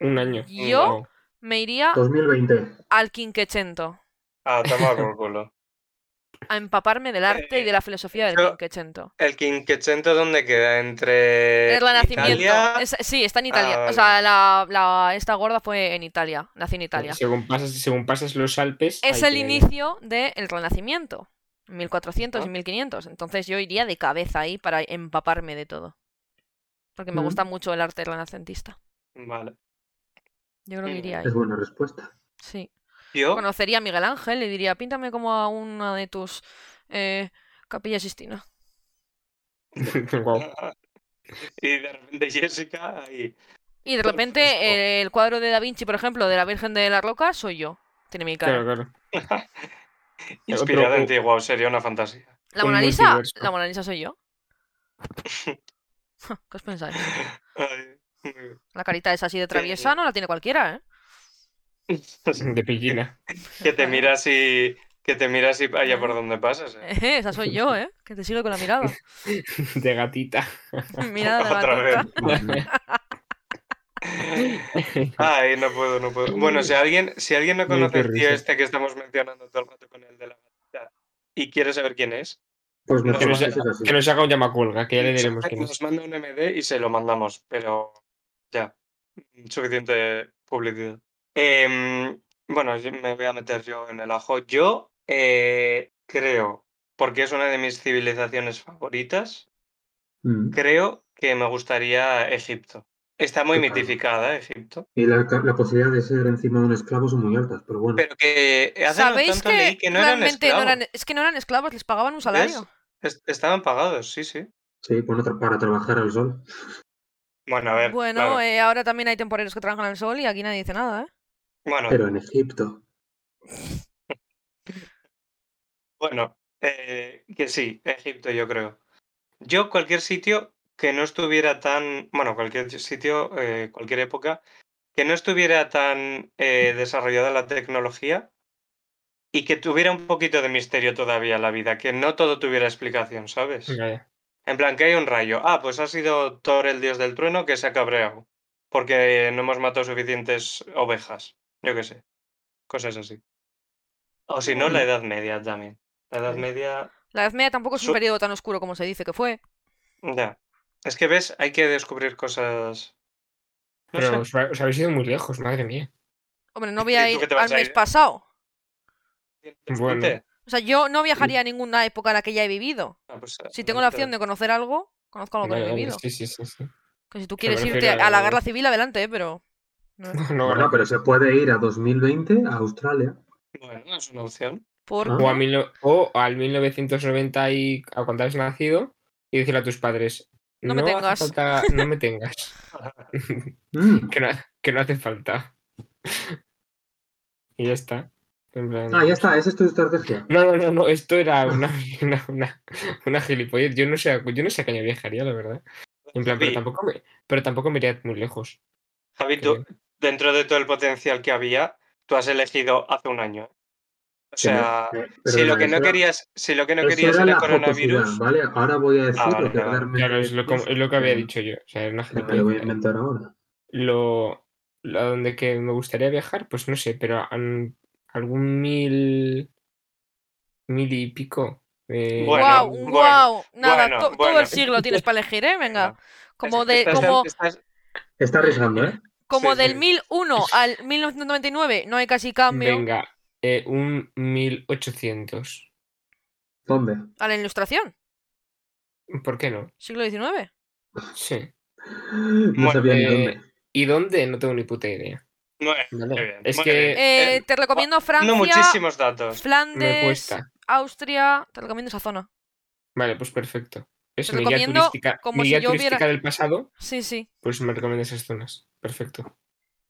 Speaker 1: Un año.
Speaker 2: Yo
Speaker 1: Wow.
Speaker 2: me iría
Speaker 4: Pues
Speaker 3: 2020.
Speaker 2: al Quinquecento.
Speaker 4: A tomar por culo.
Speaker 2: a empaparme del arte y de la filosofía del
Speaker 4: Eh, Yo-
Speaker 2: Cinquecento.
Speaker 4: ¿El Quinquecento dónde queda? Entre.
Speaker 2: El Renacimiento.
Speaker 4: eh, Italia-
Speaker 2: es- sí, está en Italia.
Speaker 4: Ah,
Speaker 2: O sea, la, la- esta gorda fue en Italia. Nací en Italia.
Speaker 1: Según pasas, según pasas los Alpes.
Speaker 2: Es
Speaker 1: ahí
Speaker 2: el
Speaker 1: queda ya.
Speaker 2: inicio del Renacimiento. 1400 y
Speaker 4: Ah.
Speaker 2: 1500. Entonces yo iría de cabeza ahí para empaparme de todo. Porque me
Speaker 3: Mm.
Speaker 2: gusta mucho el arte renacentista.
Speaker 4: Vale.
Speaker 2: Yo creo que
Speaker 4: Mm.
Speaker 2: iría ahí.
Speaker 3: Es buena respuesta.
Speaker 2: Sí.
Speaker 4: Yo.
Speaker 2: Conocería a Miguel Ángel y diría, píntame como a una de tus eh, capillas Sistina.
Speaker 1: Guau.
Speaker 4: y de repente Jessica ahí.
Speaker 2: Y de
Speaker 4: Por
Speaker 2: repente
Speaker 4: supuesto.
Speaker 2: eh, el cuadro de Da Vinci, por ejemplo, de la Virgen de la Roca, soy yo. Tiene mi cara.
Speaker 1: Claro, claro.
Speaker 4: Inspirada en
Speaker 1: otro-
Speaker 4: ti, wow, sería una fantasía.
Speaker 2: ¿La
Speaker 1: Un
Speaker 2: Mona Lisa?
Speaker 1: multiverso.
Speaker 2: La Mona Lisa soy yo. ¿Qué os pensáis?
Speaker 4: Ay, muy bien.
Speaker 2: La carita es así de traviesa, no la tiene cualquiera, ¿eh?
Speaker 1: De pillina.
Speaker 4: que te miras y. Que te miras y vaya por
Speaker 2: Bueno.
Speaker 4: donde pasas. eh.
Speaker 2: Ejé, Esa soy yo, ¿eh? Que te sigue con la mirada.
Speaker 1: De gatita.
Speaker 2: Mirada de
Speaker 4: Otra vez.
Speaker 2: gatita.
Speaker 3: Mm.
Speaker 1: Ah,
Speaker 4: Ay, no puedo, no puedo. Bueno, si alguien, si alguien no
Speaker 1: Ay, qué
Speaker 4: conoce al tío
Speaker 1: risa.
Speaker 4: este que estamos mencionando todo el rato con el de la gatita y quiere saber quién es,
Speaker 3: Pues
Speaker 4: Que
Speaker 3: mejor
Speaker 1: nos-
Speaker 3: que es así.
Speaker 1: Que nos haga un llamacuelga, que ya le
Speaker 4: Nos
Speaker 1: diremos
Speaker 4: hace-
Speaker 1: quién es.
Speaker 4: Nos manda un MD y se lo mandamos, pero ya. Suficiente publicidad. Em, bueno, yo me voy a meter yo en el ajo. Yo eh, creo, porque es una de mis civilizaciones favoritas,
Speaker 3: Mm.
Speaker 4: creo que me gustaría Egipto. Está muy
Speaker 3: Qué padre.
Speaker 4: mitificada Egipto.
Speaker 3: Y la, ca- la posibilidad de ser encima de un esclavo son muy altas, pero bueno.
Speaker 4: Pero que hace no
Speaker 2: ¿Sabéis
Speaker 4: tanto
Speaker 2: que,
Speaker 4: leí que no eran
Speaker 2: realmente no
Speaker 4: esclavos.
Speaker 2: eran, es que no eran esclavos, les pagaban un salario?
Speaker 4: Est- Estaban pagados, sí, sí.
Speaker 3: Sí, bueno, tra- para trabajar al sol.
Speaker 4: Bueno, a ver.
Speaker 2: Bueno,
Speaker 4: claro.
Speaker 2: eh, ahora también hay temporeros que trabajan al sol y aquí nadie dice nada, ¿eh?
Speaker 4: bueno,
Speaker 3: Pero en Egipto.
Speaker 4: bueno eh, que sí, Egipto yo creo. Yo cualquier sitio que no estuviera tan, bueno, cualquier sitio, eh, cualquier época, que no estuviera tan eh, desarrollada la tecnología y que tuviera un poquito de misterio todavía la vida, que no todo tuviera explicación, ¿sabes?
Speaker 1: Vale.
Speaker 4: En plan, que hay un rayo. Ah, pues ha sido Thor el dios del trueno que se ha cabreado. Porque no hemos matado suficientes ovejas. Yo qué sé. Cosas así. O si no, la Edad Media también. La Edad
Speaker 2: Sí.
Speaker 4: Media.
Speaker 2: La Edad Media tampoco es un
Speaker 4: Su-
Speaker 2: periodo tan oscuro como se dice que fue.
Speaker 4: Ya. Es que ves, hay que descubrir cosas. No
Speaker 1: Pero
Speaker 4: sé.
Speaker 1: os, va- os habéis ido muy lejos, madre mía.
Speaker 2: Hombre, no
Speaker 4: ¿Y
Speaker 2: voy a
Speaker 4: tú
Speaker 2: ir
Speaker 4: qué te
Speaker 2: al
Speaker 4: vas a
Speaker 2: mes
Speaker 4: ir?
Speaker 2: pasado.
Speaker 1: Bueno.
Speaker 4: Disfrute.
Speaker 2: O sea, yo no viajaría a ninguna época en la que ya he vivido.
Speaker 4: Ah, pues,
Speaker 2: Si tengo la opción de conocer algo, conozco algo que no
Speaker 1: Vale,
Speaker 2: he
Speaker 1: vale,
Speaker 2: vivido.
Speaker 1: sí, sí, sí, sí.
Speaker 2: Que si tú quieres
Speaker 1: refiero
Speaker 2: irte a
Speaker 1: a-
Speaker 2: la guerra civil, adelante, ¿eh? pero... no.
Speaker 1: No,
Speaker 3: Bueno,
Speaker 1: no.
Speaker 3: pero se puede ir a 2020 a Australia.
Speaker 4: Bueno, es una opción.
Speaker 2: ¿Por
Speaker 3: Ah.
Speaker 1: O, a
Speaker 2: qué?
Speaker 1: mil no- o al 1990 y a cuando has nacido y decirle a tus padres,
Speaker 2: No me
Speaker 1: hace
Speaker 2: tengas".
Speaker 1: falta- no me tengas,
Speaker 3: Mm.
Speaker 1: que no, que no hace falta. y ya está. En plan-
Speaker 3: Ah, ya está, esa es tu estrategia.
Speaker 1: No, no, no, no, esto era una, una, una, una gilipollez. Yo no sé, a- yo no sé a qué año viajaría, la verdad. En plan, pero
Speaker 4: Javi,
Speaker 1: tampoco me, pero tampoco me iría muy lejos.
Speaker 4: Javi, tú, dentro de todo el potencial que había, tú has elegido hace un año. O
Speaker 3: Que no,
Speaker 4: sea,
Speaker 3: eh,
Speaker 4: si lo
Speaker 3: perdona,
Speaker 4: que no
Speaker 3: eso-
Speaker 4: querías, si lo que no
Speaker 3: eso
Speaker 4: querías
Speaker 3: era
Speaker 4: era
Speaker 3: la
Speaker 4: coronavirus, Ah,
Speaker 3: jocosidad, ¿vale? Ahora voy a decir
Speaker 4: vale,
Speaker 3: lo que
Speaker 4: vale.
Speaker 3: realmente
Speaker 1: Claro, es lo, como-
Speaker 3: pienso,
Speaker 1: es lo que había
Speaker 3: pero
Speaker 1: dicho yo. O sea, era una
Speaker 3: que Me lo voy a
Speaker 1: gilipollez.
Speaker 3: inventar ahora.
Speaker 1: lo, lo a donde que me gustaría viajar, pues no sé, pero a- an- algún mil, mil y pico. eh,
Speaker 4: Bueno,
Speaker 2: ¡Guau!
Speaker 4: bueno,
Speaker 2: ¡Guau! Nada,
Speaker 4: bueno,
Speaker 2: to- todo
Speaker 4: bueno.
Speaker 2: el siglo tienes para elegir, ¿eh? Venga. Como,
Speaker 4: Es-
Speaker 2: de,
Speaker 4: estás-
Speaker 2: como,
Speaker 4: estás-
Speaker 3: Está arriesgando, ¿eh?
Speaker 2: como
Speaker 4: sí,
Speaker 2: del
Speaker 4: sí.
Speaker 2: 1001 al 1999 no hay casi cambio.
Speaker 1: venga, eh, un mil ochocientos.
Speaker 3: ¿Dónde?
Speaker 2: A la ilustración,
Speaker 1: ¿Por qué no?
Speaker 2: siglo XIX.
Speaker 1: Sí.
Speaker 3: No sabía ni
Speaker 1: eh,
Speaker 3: dónde.
Speaker 1: ¿Y dónde? No tengo ni puta idea.
Speaker 4: Muy bien,
Speaker 1: Vale.
Speaker 4: eh, muy bien,
Speaker 1: Es
Speaker 4: muy
Speaker 1: que
Speaker 4: bien.
Speaker 2: Eh,
Speaker 4: Eh,
Speaker 2: te recomiendo Francia,
Speaker 4: No muchísimos datos.
Speaker 1: me
Speaker 2: Flandes,
Speaker 1: cuesta.
Speaker 2: Austria. Te recomiendo esa zona.
Speaker 1: Vale, pues perfecto. Es
Speaker 2: Te
Speaker 1: mi guía
Speaker 2: recomiendo
Speaker 1: turística,
Speaker 2: como
Speaker 1: mi
Speaker 2: si
Speaker 1: guía
Speaker 2: yo hubiera-
Speaker 1: turística del pasado,
Speaker 2: Sí, sí.
Speaker 1: pues me recomienda esas zonas. Perfecto.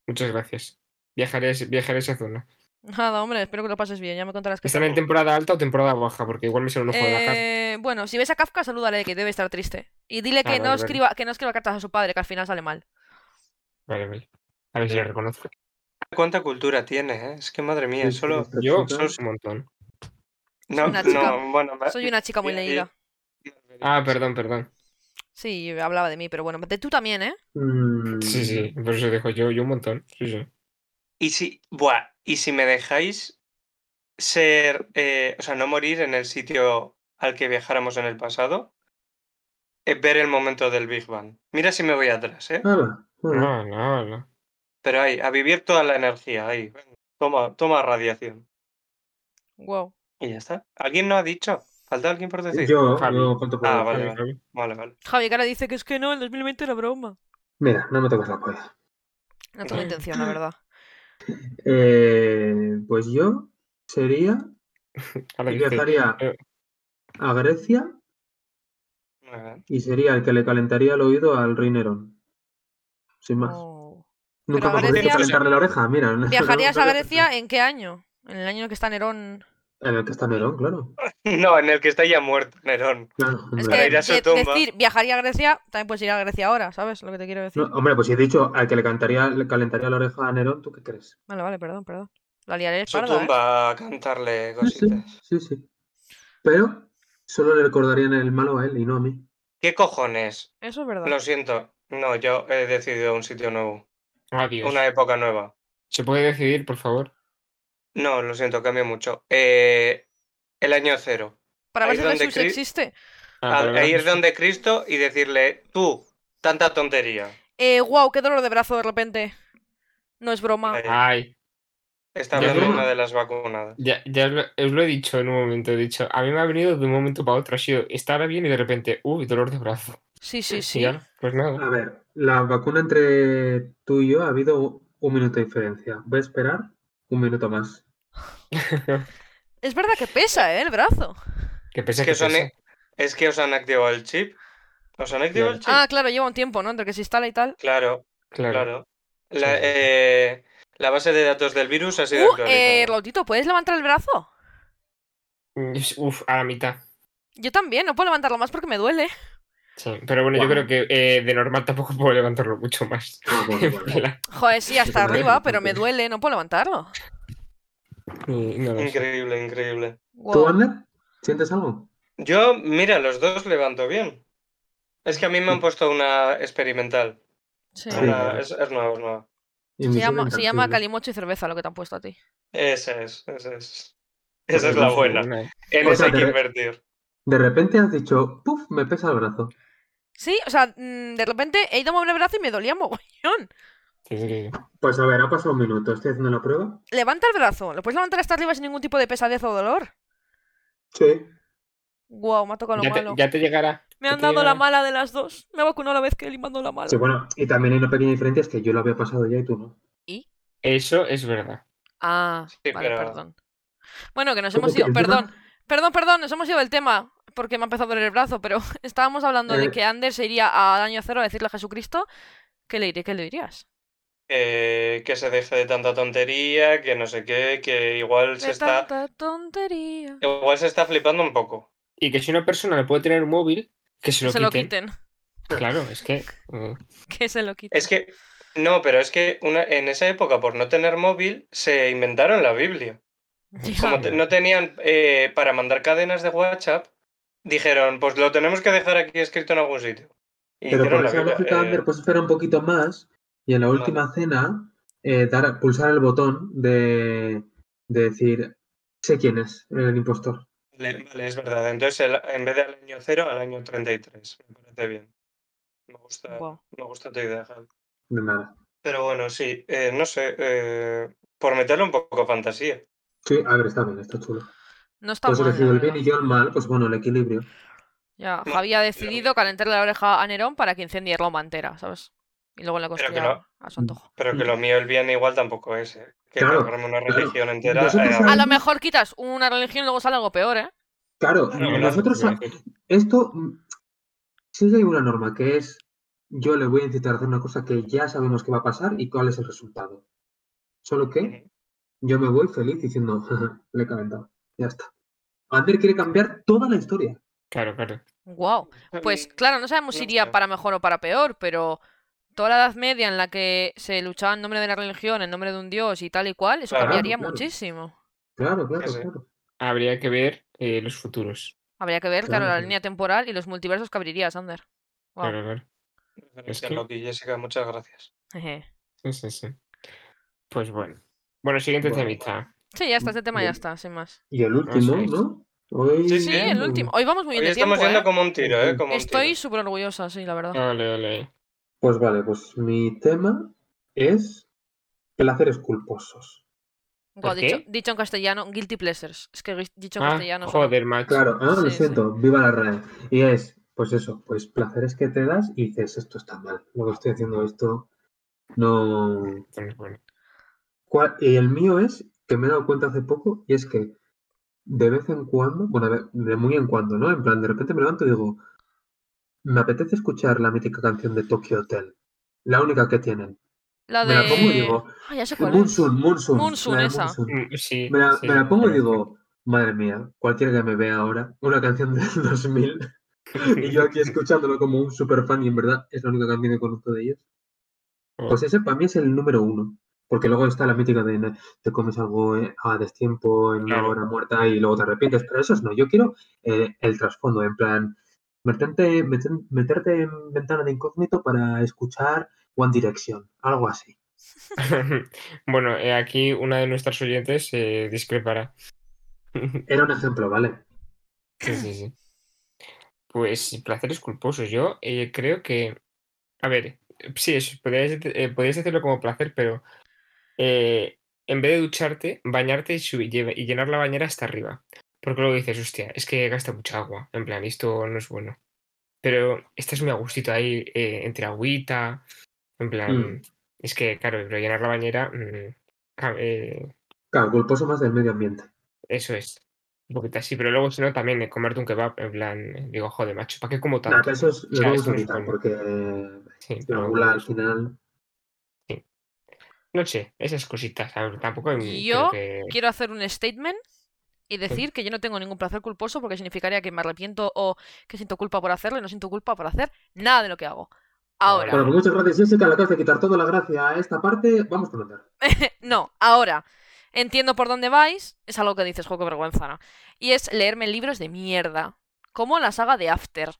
Speaker 1: Muchas gracias. Viajaré, a ese- viajaré a esa zona.
Speaker 2: Nada, hombre, espero que lo pases bien. Ya me contarás qué
Speaker 1: ¿Están
Speaker 2: tal.
Speaker 1: en temporada alta o temporada baja? Porque igual me sale un ojo de la cara.
Speaker 2: Eh, bueno, si ves a Kafka, salúdale que debe estar triste. Y dile que,
Speaker 1: Ah,
Speaker 2: no
Speaker 1: vale, vale.
Speaker 2: escriba, que no escriba cartas a su padre, que al final sale mal.
Speaker 1: Vale, vale. A ver si lo reconozco.
Speaker 4: ¿Cuánta cultura tiene? eh? Es que madre mía,
Speaker 3: Sí,
Speaker 4: solo.
Speaker 3: sí, esta
Speaker 1: Yo
Speaker 3: chica-
Speaker 1: soy un montón.
Speaker 4: No,
Speaker 2: una chica-
Speaker 4: no, bueno, me-
Speaker 2: Soy una chica muy
Speaker 4: y- y-
Speaker 2: leída.
Speaker 1: Ah, perdón, perdón.
Speaker 2: Sí, hablaba de mí, pero bueno, de tú también, ¿eh?
Speaker 3: Mm,
Speaker 1: Sí, sí, por eso dejo yo, yo un montón. Sí, sí.
Speaker 4: Y si, buah, y si me dejáis ser, eh, o sea, no morir en el sitio al que viajáramos en el pasado, eh, ver el momento del Big Bang. Mira si me voy atrás, ¿eh?
Speaker 3: ala, ah, bueno,
Speaker 1: No, no, no.
Speaker 4: Pero ahí, a vivir toda la energía, ahí. venga, Toma, toma radiación.
Speaker 2: Wow.
Speaker 4: Y ya está. ¿Alguien no ha dicho? ¿Falta alguien por decir?
Speaker 3: Yo,
Speaker 1: Javi.
Speaker 3: yo falto por
Speaker 4: Ah,
Speaker 3: decir.
Speaker 4: vale,
Speaker 1: Vale,
Speaker 4: vale. Vale, vale.
Speaker 2: Javi, que ahora dice que es que no, el 2020 era broma.
Speaker 3: Mira, no me toques la polla.
Speaker 2: No tengo intención, la verdad.
Speaker 3: Eh, pues yo sería
Speaker 1: Ahora
Speaker 3: y
Speaker 1: dice,
Speaker 3: viajaría
Speaker 1: eh.
Speaker 3: a Grecia
Speaker 4: Muy bien.
Speaker 3: y sería el que le calentaría el oído al rey Nerón. Sin más.
Speaker 2: Oh.
Speaker 3: Nunca
Speaker 2: Pero a
Speaker 3: me podría
Speaker 2: Grecia-
Speaker 3: calentarle la oreja, mira. no-
Speaker 2: ¿Viajarías
Speaker 3: no-
Speaker 2: a
Speaker 3: no-
Speaker 2: Grecia en qué año? En el año en el que está Nerón.
Speaker 3: En el que está Nerón, claro.
Speaker 4: No, en el que está ya muerto, Nerón.
Speaker 3: Claro,
Speaker 2: Es
Speaker 3: hombre.
Speaker 4: Para
Speaker 2: que
Speaker 4: ir a su
Speaker 2: de-
Speaker 4: tumba.
Speaker 2: decir viajaría a Grecia, también puedes ir a Grecia ahora, ¿sabes? Lo que te quiero decir.
Speaker 3: No, hombre, pues si he dicho al que le, cantaría, le calentaría la oreja a Nerón, ¿tú qué crees?
Speaker 2: Vale, vale, perdón, perdón. La liaré
Speaker 4: Su
Speaker 2: parda, ¿eh?
Speaker 4: tumba a cantarle
Speaker 3: Sí, sí,
Speaker 4: cositas.
Speaker 3: sí, sí. Pero solo le recordarían el malo a él y no a mí.
Speaker 4: ¿Qué cojones?
Speaker 2: ¿eh? Eso es verdad.
Speaker 4: Lo siento. No, yo he decidido un sitio nuevo.
Speaker 1: Adiós.
Speaker 4: Una e- época nueva.
Speaker 1: ¿Se puede decidir, por favor?
Speaker 4: No, lo siento, cambia mucho. Eh, el año cero.
Speaker 2: Para ver
Speaker 4: ahí
Speaker 2: si
Speaker 4: donde
Speaker 2: Jesús
Speaker 4: cri-
Speaker 2: existe.
Speaker 1: Ah,
Speaker 4: A-
Speaker 1: para
Speaker 4: a
Speaker 1: ver,
Speaker 4: ir donde Cristo y decirle, tú, tanta tontería.
Speaker 2: Eh, wow, qué dolor de brazo de repente. No es broma.
Speaker 4: Eh,
Speaker 1: Ay,
Speaker 4: Está
Speaker 1: Ya,
Speaker 4: hablando
Speaker 1: pero-
Speaker 4: una de las vacunadas.
Speaker 1: Ya, ya os, lo, os lo he dicho en un momento, he dicho, a mí me ha venido de un momento para otro, ha sido, está ahora bien y de repente, uy, dolor de brazo.
Speaker 2: Sí, sí,
Speaker 1: Y
Speaker 2: sí.
Speaker 1: ya, pues nada.
Speaker 3: A ver, la vacuna entre tú y yo ha habido un minuto de diferencia. Voy a esperar un minuto más.
Speaker 2: Es verdad que pesa, ¿eh? El brazo.
Speaker 1: Que pese
Speaker 4: Es que, e-
Speaker 1: que
Speaker 4: os han-
Speaker 1: pese.
Speaker 4: es que os han activado el chip. ¿Os han
Speaker 1: Claro.
Speaker 4: activado el chip?
Speaker 2: Ah, claro, lleva un tiempo, ¿no? Entre que se instala y tal.
Speaker 4: claro,
Speaker 1: Claro.
Speaker 4: claro.
Speaker 1: Sí,
Speaker 4: La,
Speaker 1: sí.
Speaker 4: eh, la base de datos del virus ha
Speaker 2: Uh,
Speaker 4: sido
Speaker 2: eh,
Speaker 4: actualizada.
Speaker 2: Rautito, ¿puedes levantar el brazo?
Speaker 1: Uf, a la mitad.
Speaker 2: Yo también, no puedo levantarlo más porque me duele.
Speaker 1: Sí, pero bueno, yo
Speaker 3: Guau.
Speaker 1: creo que eh, de normal tampoco puedo levantarlo mucho más.
Speaker 3: Ah, bueno,
Speaker 1: En
Speaker 3: vale.
Speaker 1: plan,
Speaker 2: Joder, sí, hasta
Speaker 3: Joder,
Speaker 2: arriba, pero me
Speaker 3: entonces.
Speaker 2: duele, no puedo levantarlo.
Speaker 1: eh, no lo sé.
Speaker 4: Increíble, increíble.
Speaker 3: ¿Tú,
Speaker 2: Wow.
Speaker 3: Ander? ¿Sientes algo?
Speaker 4: Yo, mira, los dos levanto bien. Es que a mí me
Speaker 1: Mm.
Speaker 4: han puesto una experimental.
Speaker 2: Sí.
Speaker 1: Ah,
Speaker 3: Sí.
Speaker 4: Una, es, es nueva, es nueva.
Speaker 2: Se
Speaker 3: Invisible
Speaker 2: llama, se llama
Speaker 3: intangible.
Speaker 2: calimocho y cerveza lo que te han puesto a ti.
Speaker 4: Esa es, esa es.
Speaker 1: Pues
Speaker 4: Esa es la
Speaker 1: Entonces,
Speaker 4: buena.
Speaker 1: una-
Speaker 4: En
Speaker 3: O
Speaker 4: esa
Speaker 3: sea,
Speaker 4: hay que
Speaker 3: te-
Speaker 4: invertir.
Speaker 3: De repente has dicho, puf, me pesa el brazo.
Speaker 2: Sí, o sea, mm, de repente he ido a mover el brazo y me dolía mogollón.
Speaker 1: sí, sí, sí.
Speaker 3: Pues a ver, ha pasado un minuto, estoy haciendo la prueba.
Speaker 2: Levanta el brazo, lo puedes levantar hasta arriba sin ningún tipo de pesadez o dolor.
Speaker 3: Sí.
Speaker 2: Wow, me ha tocado lo
Speaker 1: Ya, te,
Speaker 2: malo.
Speaker 1: ya te llegará.
Speaker 2: Me
Speaker 1: ya
Speaker 2: han
Speaker 1: te
Speaker 2: dado la
Speaker 1: llegará.
Speaker 2: mala de las dos. Me ha vacunado la vez que él y me han dado la mala.
Speaker 3: Sí, bueno, y también hay una pequeña diferencia, es que yo lo había pasado ya y tú no.
Speaker 1: Eso es verdad.
Speaker 2: Ah,
Speaker 4: Sí,
Speaker 2: vale,
Speaker 4: pero-
Speaker 2: perdón. Bueno, que nos
Speaker 3: Ojo,
Speaker 2: hemos
Speaker 3: que
Speaker 2: ido,
Speaker 3: encima-
Speaker 2: perdón, perdón, perdón, nos hemos ido del tema, porque me ha empezado a doler el brazo, pero estábamos hablando de
Speaker 3: Eh.
Speaker 2: que Ander se iría a daño cero a decirle a Jesucristo que le iré, que le dirías.
Speaker 4: Eh, que se deje de tanta tontería, que no sé qué, que igual se
Speaker 2: De
Speaker 4: Pues está,
Speaker 2: tanta tontería.
Speaker 4: igual se está flipando un poco.
Speaker 1: Y que si una persona no puede tener un móvil, que se
Speaker 2: Que
Speaker 1: lo,
Speaker 2: se lo
Speaker 1: quiten.
Speaker 2: quiten,
Speaker 1: Claro, es que. eh,
Speaker 2: que se lo quiten.
Speaker 4: Es que, no, pero es que una, en esa época, por no tener móvil, se inventaron la Biblia.
Speaker 2: Ya.
Speaker 4: Como te- no tenían eh, para mandar cadenas de WhatsApp, dijeron, pues lo tenemos que dejar aquí escrito en algún sitio. Y
Speaker 3: Pero
Speaker 4: hicieron
Speaker 3: por
Speaker 4: la
Speaker 3: esa
Speaker 4: Biblia,
Speaker 3: lógica,
Speaker 4: eh,
Speaker 3: Ander, pues espera un poquito más y en la última cena eh, dar, a- pulsar el botón de, de decir, sé quién es el impostor.
Speaker 4: Eh, Vale, vale, es verdad. Entonces, el- en vez del año 0, al año 33. Me parece bien. Me gusta,
Speaker 2: Guau.
Speaker 4: me gusta tu idea, Javi.
Speaker 3: De nada.
Speaker 4: Pero bueno, sí, eh, no sé, eh, por meterle un poco fantasía.
Speaker 3: Sí, a ver, está bien, está chulo.
Speaker 2: No está
Speaker 3: Tú has
Speaker 2: mal, la
Speaker 3: elegido Pues el
Speaker 2: verdad.
Speaker 3: bien y yo el mal, pues bueno, el equilibrio.
Speaker 2: Ya,
Speaker 4: No,
Speaker 2: Javi ha decidido calentarle la oreja a Nerón para que incendie Roma entera, ¿sabes? Y luego la
Speaker 4: Pero que
Speaker 2: construya
Speaker 4: no.
Speaker 2: a su antojo.
Speaker 4: Pero que
Speaker 3: Mm.
Speaker 4: lo mío, el bien igual tampoco es. eh, Que
Speaker 3: Claro,
Speaker 4: cargarme una
Speaker 3: claro.
Speaker 4: religión entera.
Speaker 3: Nosotros
Speaker 4: eh,
Speaker 3: sabemos-
Speaker 2: A lo mejor quitas una religión y luego sale algo peor, ¿eh?
Speaker 3: Claro,
Speaker 4: Claro,
Speaker 3: nosotros,
Speaker 1: claro.
Speaker 3: esto mm, sigue una norma que es, yo le voy a incitar a hacer una cosa que ya sabemos que va a pasar y cuál es el resultado. Solo que
Speaker 4: ujú.
Speaker 3: Yo me voy feliz diciendo, "Jaja, le he calentado. Ya está. Ander quiere cambiar toda la historia.
Speaker 1: Claro, claro.
Speaker 2: Wow. Pues
Speaker 4: Mm,
Speaker 2: claro, no sabemos si
Speaker 4: no
Speaker 2: iría
Speaker 4: sé.
Speaker 2: para mejor o para peor, pero toda la Edad Media en la que se luchaba en nombre de la religión, en nombre de un dios y tal y cual, eso
Speaker 4: Claro,
Speaker 2: cambiaría
Speaker 3: claro.
Speaker 2: muchísimo.
Speaker 3: Claro, claro,
Speaker 4: Sí, sí.
Speaker 3: claro.
Speaker 1: Habría que ver eh, los futuros.
Speaker 2: Habría que ver, claro,
Speaker 3: Claro,
Speaker 2: la
Speaker 3: claro.
Speaker 2: línea temporal y los multiversos que abriría Sander. Wow.
Speaker 1: Claro, claro.
Speaker 4: referencia
Speaker 1: que-
Speaker 4: Loki, Jessica, muchas gracias.
Speaker 1: Sí, sí, sí. Pues bueno. Bueno, siguiente
Speaker 3: Bueno.
Speaker 1: temita.
Speaker 2: Sí, ya está, este tema ya
Speaker 3: Bien.
Speaker 2: está, sin más.
Speaker 3: Y el último,
Speaker 1: Eso es.
Speaker 3: ¿no? Hoy...
Speaker 4: Sí,
Speaker 2: Sí,
Speaker 4: Bien.
Speaker 3: mm.
Speaker 2: el último. Hoy vamos muy bien
Speaker 4: Hoy
Speaker 2: de
Speaker 4: estamos
Speaker 2: tiempo,
Speaker 4: yendo
Speaker 2: ¿eh?
Speaker 4: como un tiro, ¿eh?
Speaker 3: Ujú.
Speaker 4: Como un
Speaker 2: Estoy
Speaker 4: tiro.
Speaker 2: súper orgullosa, sí, la verdad.
Speaker 1: Ole, ole.
Speaker 3: Pues vale, pues mi tema es placeres culposos.
Speaker 2: Guau,
Speaker 1: ¿por
Speaker 2: dicho,
Speaker 1: qué?
Speaker 2: dicho en castellano, guilty pleasures. Es que gui- dicho en
Speaker 1: Ah,
Speaker 2: castellano. suena-
Speaker 1: joder, macho.
Speaker 3: Claro, ah, lo
Speaker 2: Sí,
Speaker 3: siento, viva la RAE. Y es, pues eso, pues placeres que te das y dices, esto está mal. Lo que estoy haciendo esto no...
Speaker 1: Pues bueno.
Speaker 3: ¿Cuál- Y eh, el mío es, que me he dado cuenta hace poco, y es que de vez en cuando, bueno, de, de muy en cuando, ¿no? En plan, de repente me levanto y digo, me apetece escuchar la mítica canción de Tokyo Hotel, la única que tienen.
Speaker 2: La
Speaker 3: Me la pongo y
Speaker 2: de.
Speaker 3: digo,
Speaker 2: Ah, ya sé cuál es.
Speaker 3: Moonsun, Moonsun.
Speaker 2: Moonsun,
Speaker 3: la de
Speaker 2: esa.
Speaker 3: Moonsun".
Speaker 1: Mm, Sí,
Speaker 3: Me la,
Speaker 1: sí,
Speaker 3: me la pongo y
Speaker 1: pero-
Speaker 3: digo, madre mía, cualquiera que me vea ahora, una canción del 2000, y yo aquí escuchándolo como un super fan, y en verdad es la única canción que conozco de ellos.
Speaker 1: Oh.
Speaker 3: Pues ese para mí es el número uno. Porque luego está la mítica de no- te comes algo eh, a destiempo en una
Speaker 1: Claro.
Speaker 3: hora muerta y luego te arrepientes. Pero eso no. Yo quiero eh, el trasfondo, en plan, meterte, meten- meterte en ventana de incógnito para escuchar One Direction, algo así.
Speaker 1: bueno, eh, aquí una de nuestras oyentes eh, discrepará.
Speaker 3: Era un ejemplo, ¿vale?
Speaker 1: Sí, sí, sí. Pues placeres culposos. Yo eh, creo que. A ver, sí, es- podrías, eh, podrías decirlo como placer, pero eh, en vez de ducharte, bañarte y, subir, y llenar la bañera hasta arriba. Porque luego dices, hostia, es que gasta mucha agua. En plan, esto no es bueno. Pero estás muy a gustito ahí, eh, entre agüita. En plan,
Speaker 3: Mm.
Speaker 1: es que, claro, pero llenar la bañera. mm, ca- eh,
Speaker 3: Claro, golposo más del medio ambiente.
Speaker 1: eso es. Un poquito así, pero luego, si no, también eh, comerte un kebab. En plan, eh, digo, joder, macho, ¿para qué como
Speaker 3: Nada,
Speaker 1: tanto?
Speaker 3: pero eso es- lo
Speaker 1: Ya,
Speaker 3: vamos
Speaker 1: eso no
Speaker 3: a
Speaker 1: es
Speaker 3: evitar,
Speaker 1: bueno.
Speaker 3: porque
Speaker 1: Sí,
Speaker 3: la
Speaker 1: pero
Speaker 3: gula al
Speaker 1: bueno,
Speaker 3: final.
Speaker 1: no sé, esas cositas. a ver, tampoco. hay- creo
Speaker 2: Yo
Speaker 1: que-
Speaker 2: Quiero hacer un statement y decir que yo no tengo ningún placer culposo porque significaría que me arrepiento o que siento culpa por hacerlo y no siento culpa por hacer nada de lo que hago. Ahora.
Speaker 3: Bueno, pues muchas gracias, Jessica. Le acabas de quitar toda la gracia a esta parte. Vamos con otra.
Speaker 2: No, ahora. Entiendo por dónde vais. Es algo que dices, juego vergüenza, ¿no? Y es leerme libros de mierda. Como la saga de After.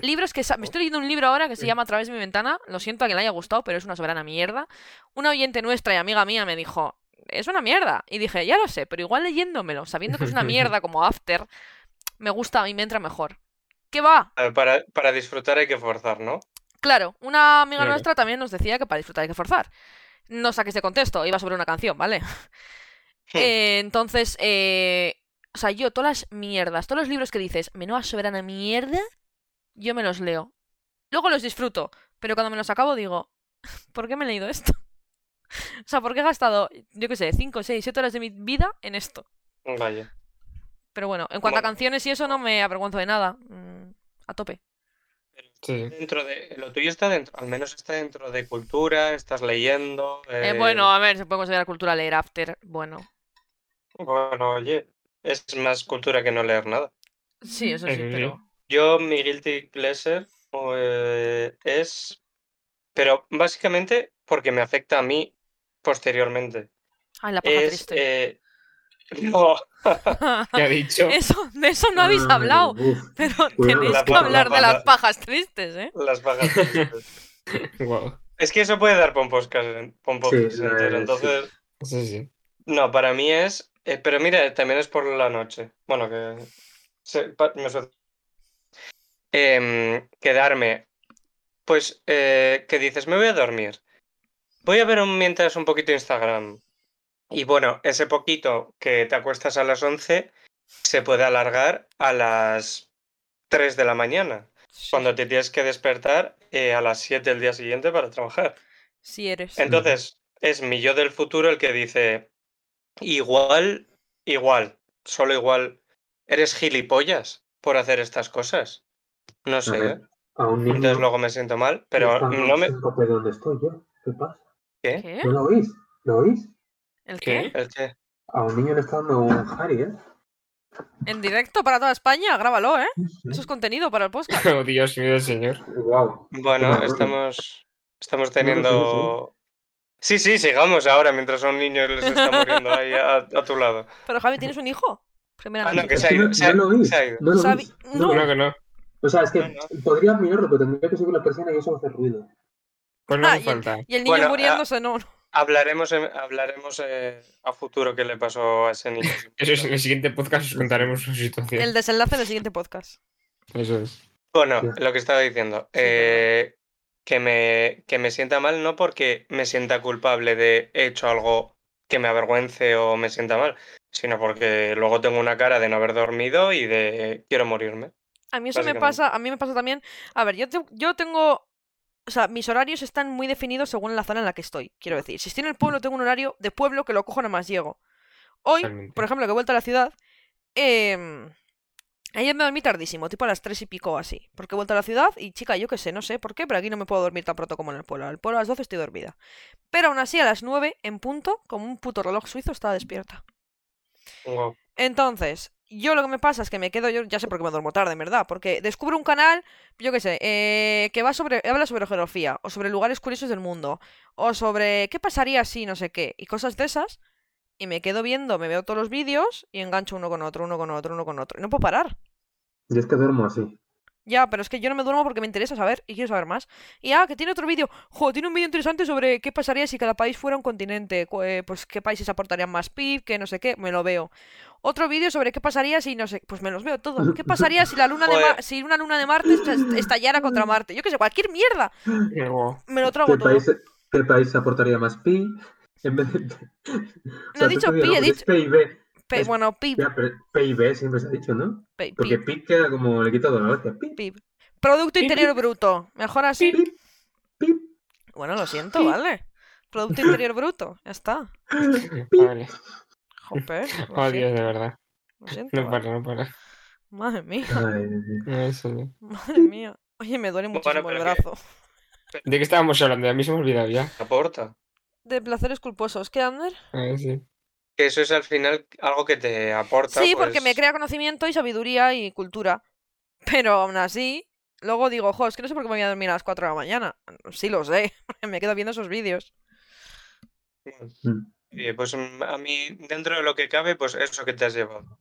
Speaker 2: Libros que... sa- Me estoy leyendo un libro ahora que se llama A través de mi ventana. Lo siento a quien le haya gustado, pero es una soberana mierda. Una oyente nuestra y amiga mía me dijo, es una mierda. Y dije, ya lo sé, pero igual leyéndomelo, sabiendo que es una mierda como After, me gusta y me entra mejor. ¿Qué va?
Speaker 4: A ver, Para, para disfrutar hay que forzar, ¿no?
Speaker 2: Claro, una amiga
Speaker 1: Claro.
Speaker 2: nuestra también nos decía que para disfrutar hay que forzar. No saques de contexto, iba sobre una canción, ¿vale? Eh, entonces, eh, o sea, yo todas las mierdas, todos los libros que dices, menuda soberana mierda, yo me los leo. Luego los disfruto, pero cuando me los acabo digo, ¿por qué me he leído esto? O sea, ¿por qué he gastado, yo qué sé, 5, 6, 7 horas de mi vida en esto?
Speaker 4: Vaya.
Speaker 2: Pero bueno, en cuanto a
Speaker 4: Bueno.
Speaker 2: canciones y eso, no me avergüenzo de nada. Mm, a tope.
Speaker 1: Sí, sí.
Speaker 4: Dentro de, lo tuyo está dentro, al menos está dentro de cultura, estás leyendo.
Speaker 2: Eh,
Speaker 4: eh,
Speaker 2: bueno, a ver, se puede considerar cultura leer after. Bueno,
Speaker 4: Bueno, oye, es más cultura que no leer nada.
Speaker 2: sí, eso sí,
Speaker 1: Eh,
Speaker 2: pero.
Speaker 4: Yo, mi guilty pleasure eh, es. Pero básicamente porque me afecta a mí posteriormente.
Speaker 2: Ay, la paja
Speaker 4: Es.
Speaker 2: triste.
Speaker 4: eh, No,
Speaker 1: ¿Qué ha dicho?
Speaker 2: eso, de eso no habéis
Speaker 3: Ay,
Speaker 2: hablado.
Speaker 3: Ah, uf.
Speaker 2: Pero
Speaker 3: Cuidado,
Speaker 2: tenéis
Speaker 4: la
Speaker 2: que
Speaker 4: paja,
Speaker 2: hablar
Speaker 4: la
Speaker 2: de las
Speaker 4: paja.
Speaker 2: pajas tristes, ¿eh?
Speaker 4: las vagas. tristes.
Speaker 1: Guau.
Speaker 4: es que eso puede dar pomposcas,
Speaker 3: Sí, eh, sí.
Speaker 4: Entonces,
Speaker 1: Sí, sí.
Speaker 4: no, para mí es. eh, pero mira, también es por la noche. Bueno, que. se- pa- me sucede. Em, quedarme. Pues, eh, que dices, me voy a dormir. Voy a ver un- mientras un poquito Instagram. Y bueno, ese poquito que te acuestas a las 11 se puede alargar a las 3 de la mañana,
Speaker 2: Sí,
Speaker 4: cuando te tienes que despertar eh, a las 7 del día siguiente para trabajar.
Speaker 2: sí eres.
Speaker 3: En-
Speaker 4: Entonces, es mi yo del futuro el que dice, igual, igual, solo igual, eres gilipollas por hacer estas cosas. No
Speaker 3: A
Speaker 4: sé,
Speaker 3: ver,
Speaker 4: ¿eh?
Speaker 3: A un niño.
Speaker 4: entonces luego me siento mal, pero
Speaker 3: está
Speaker 4: no me...
Speaker 3: consciente de dónde estoy yo. ¿Qué pasa?
Speaker 4: ¿Qué?
Speaker 2: ¿Qué?
Speaker 3: ¿No lo oís? ¿Lo oís?
Speaker 2: ¿El qué?
Speaker 1: ¿Qué?
Speaker 4: ¿El qué?
Speaker 3: A un niño le está dando un Harry, ¿eh?
Speaker 2: En directo para toda España, grábalo, ¿eh? Eso es contenido para el podcast.
Speaker 1: Oh, Dios mío, señor.
Speaker 3: Wow.
Speaker 4: Bueno,
Speaker 3: Bueno,
Speaker 4: estamos, estamos
Speaker 3: sí, sí.
Speaker 4: teniendo... Sí, sí, sigamos ahora mientras a un niño les está muriendo ahí a, a tu lado.
Speaker 2: Pero Javi, ¿tienes un hijo? Primera
Speaker 4: Ah, no, que
Speaker 2: noticia.
Speaker 4: se ha ido, se ha-
Speaker 3: no lo oís.
Speaker 4: se ha ido.
Speaker 3: No lo
Speaker 2: Sabi-
Speaker 3: oís.
Speaker 2: No.
Speaker 1: No, que no.
Speaker 3: O sea, es que
Speaker 4: No, no.
Speaker 3: podría mirarlo, pero tendría que subir la persiana y eso va a hacer ruido.
Speaker 1: Pues no
Speaker 2: Ah,
Speaker 1: hace falta.
Speaker 2: Y el niño
Speaker 4: Bueno, ah.
Speaker 2: muriéndose, no. no.
Speaker 4: Hablaremos, en- hablaremos eh, a futuro qué le pasó a ese niño.
Speaker 1: Eso es, en el siguiente podcast os contaremos su situación.
Speaker 2: El desenlace del siguiente podcast.
Speaker 1: Eso es.
Speaker 4: Bueno,
Speaker 3: Ya.
Speaker 4: lo que estaba diciendo,
Speaker 2: Sí, perdón.
Speaker 4: eh, que, me, que me sienta mal no porque me sienta culpable de he hecho algo que me avergüence o me sienta mal, sino porque luego tengo una cara de no haber dormido y de eh, quiero morirme.
Speaker 2: A mí eso me
Speaker 4: Básicamente.
Speaker 2: pasa, a mí me pasa también. A ver, yo, te- yo tengo. O sea, mis horarios están muy definidos según la zona en la que estoy. Quiero decir, si estoy en el pueblo, tengo un horario de pueblo que lo cojo nada más llego. Hoy,
Speaker 1: Totalmente.
Speaker 2: por ejemplo, que he vuelto a la ciudad, em, ayer me dormí tardísimo, tipo a las tres y pico o así. Porque he vuelto a la ciudad y, chica, yo qué sé, no sé por qué, pero aquí no me puedo dormir tan pronto como en el pueblo. En el pueblo a las 12 estoy dormida. Pero aún así, a las 9 en punto, como un puto reloj suizo, estaba despierta.
Speaker 4: Tengo-
Speaker 2: Entonces, yo lo que me pasa es que me quedo, yo ya sé por qué me duermo tarde, en verdad, porque descubro un canal, yo qué sé, eh, que va sobre, habla sobre geografía, o sobre lugares curiosos del mundo, o sobre qué pasaría si no sé qué, y cosas de esas, y me quedo viendo, me veo todos los vídeos y engancho uno con otro, uno con otro, uno con otro, y no puedo parar.
Speaker 3: Yo es que duermo así.
Speaker 2: Ya, pero es que yo no me duermo porque me interesa saber y quiero saber más. Y ah, que tiene otro vídeo. Jo, tiene un vídeo interesante sobre qué pasaría si cada país fuera un continente. cu- eh, Pues qué países aportarían más PIB, que no sé qué, me lo veo. Otro vídeo sobre qué pasaría si no sé, pues me los veo todos. ¿Qué pasaría si la luna de
Speaker 4: Joder.
Speaker 2: Mar- si una luna de Marte est- estallara contra Marte? Yo qué sé, cualquier mierda.
Speaker 1: Luego,
Speaker 2: Me lo trago
Speaker 3: ¿Qué
Speaker 2: todo.
Speaker 3: país, ¿Qué país aportaría más pi? En vez de... O
Speaker 2: No
Speaker 3: sea,
Speaker 2: he
Speaker 3: tú
Speaker 2: dicho
Speaker 3: te digo,
Speaker 2: pi, he
Speaker 3: porque es
Speaker 2: dicho.
Speaker 3: P y B.
Speaker 2: pe-
Speaker 3: es-
Speaker 2: bueno, pib,
Speaker 3: Ya, pero P y B siempre se ha dicho, ¿no?
Speaker 2: pe-
Speaker 3: Porque
Speaker 2: pib,
Speaker 3: PIB queda como le quita toda la gracia. PIB,
Speaker 2: pib. Producto
Speaker 1: Pib,
Speaker 2: Interior
Speaker 1: pib.
Speaker 2: Bruto. Mejor así.
Speaker 1: Pib.
Speaker 3: PIB, PIB.
Speaker 2: Bueno, lo siento, vale. Producto Interior Bruto. Ya está.
Speaker 1: Vale.
Speaker 2: Jope. Lo
Speaker 1: Oh, Dios,
Speaker 2: siento,
Speaker 1: de verdad.
Speaker 2: lo siento,
Speaker 1: No
Speaker 2: vale.
Speaker 1: para, no para.
Speaker 2: Madre mía,
Speaker 3: Ay, Dios mío.
Speaker 1: No, eso no.
Speaker 2: madre mía. Oye, me duele muchísimo el
Speaker 4: pero que-
Speaker 2: brazo.
Speaker 1: ¿De qué estábamos hablando? A mí se me ha olvidado ya.
Speaker 4: Aporta.
Speaker 2: De placeres culposos. ¿Qué, Ander?
Speaker 1: A ver si-
Speaker 4: Que eso es al final algo que te aporta.
Speaker 2: Sí, porque me
Speaker 4: pues,
Speaker 2: crea conocimiento y sabiduría y cultura. Pero aún así, luego digo, jo, es que no sé por qué me voy a dormir a las 4 de la mañana. Sí lo sé, me quedo viendo esos vídeos.
Speaker 3: Mm.
Speaker 4: eh, Pues mm, a mí, dentro de lo que cabe, pues eso que te has llevado.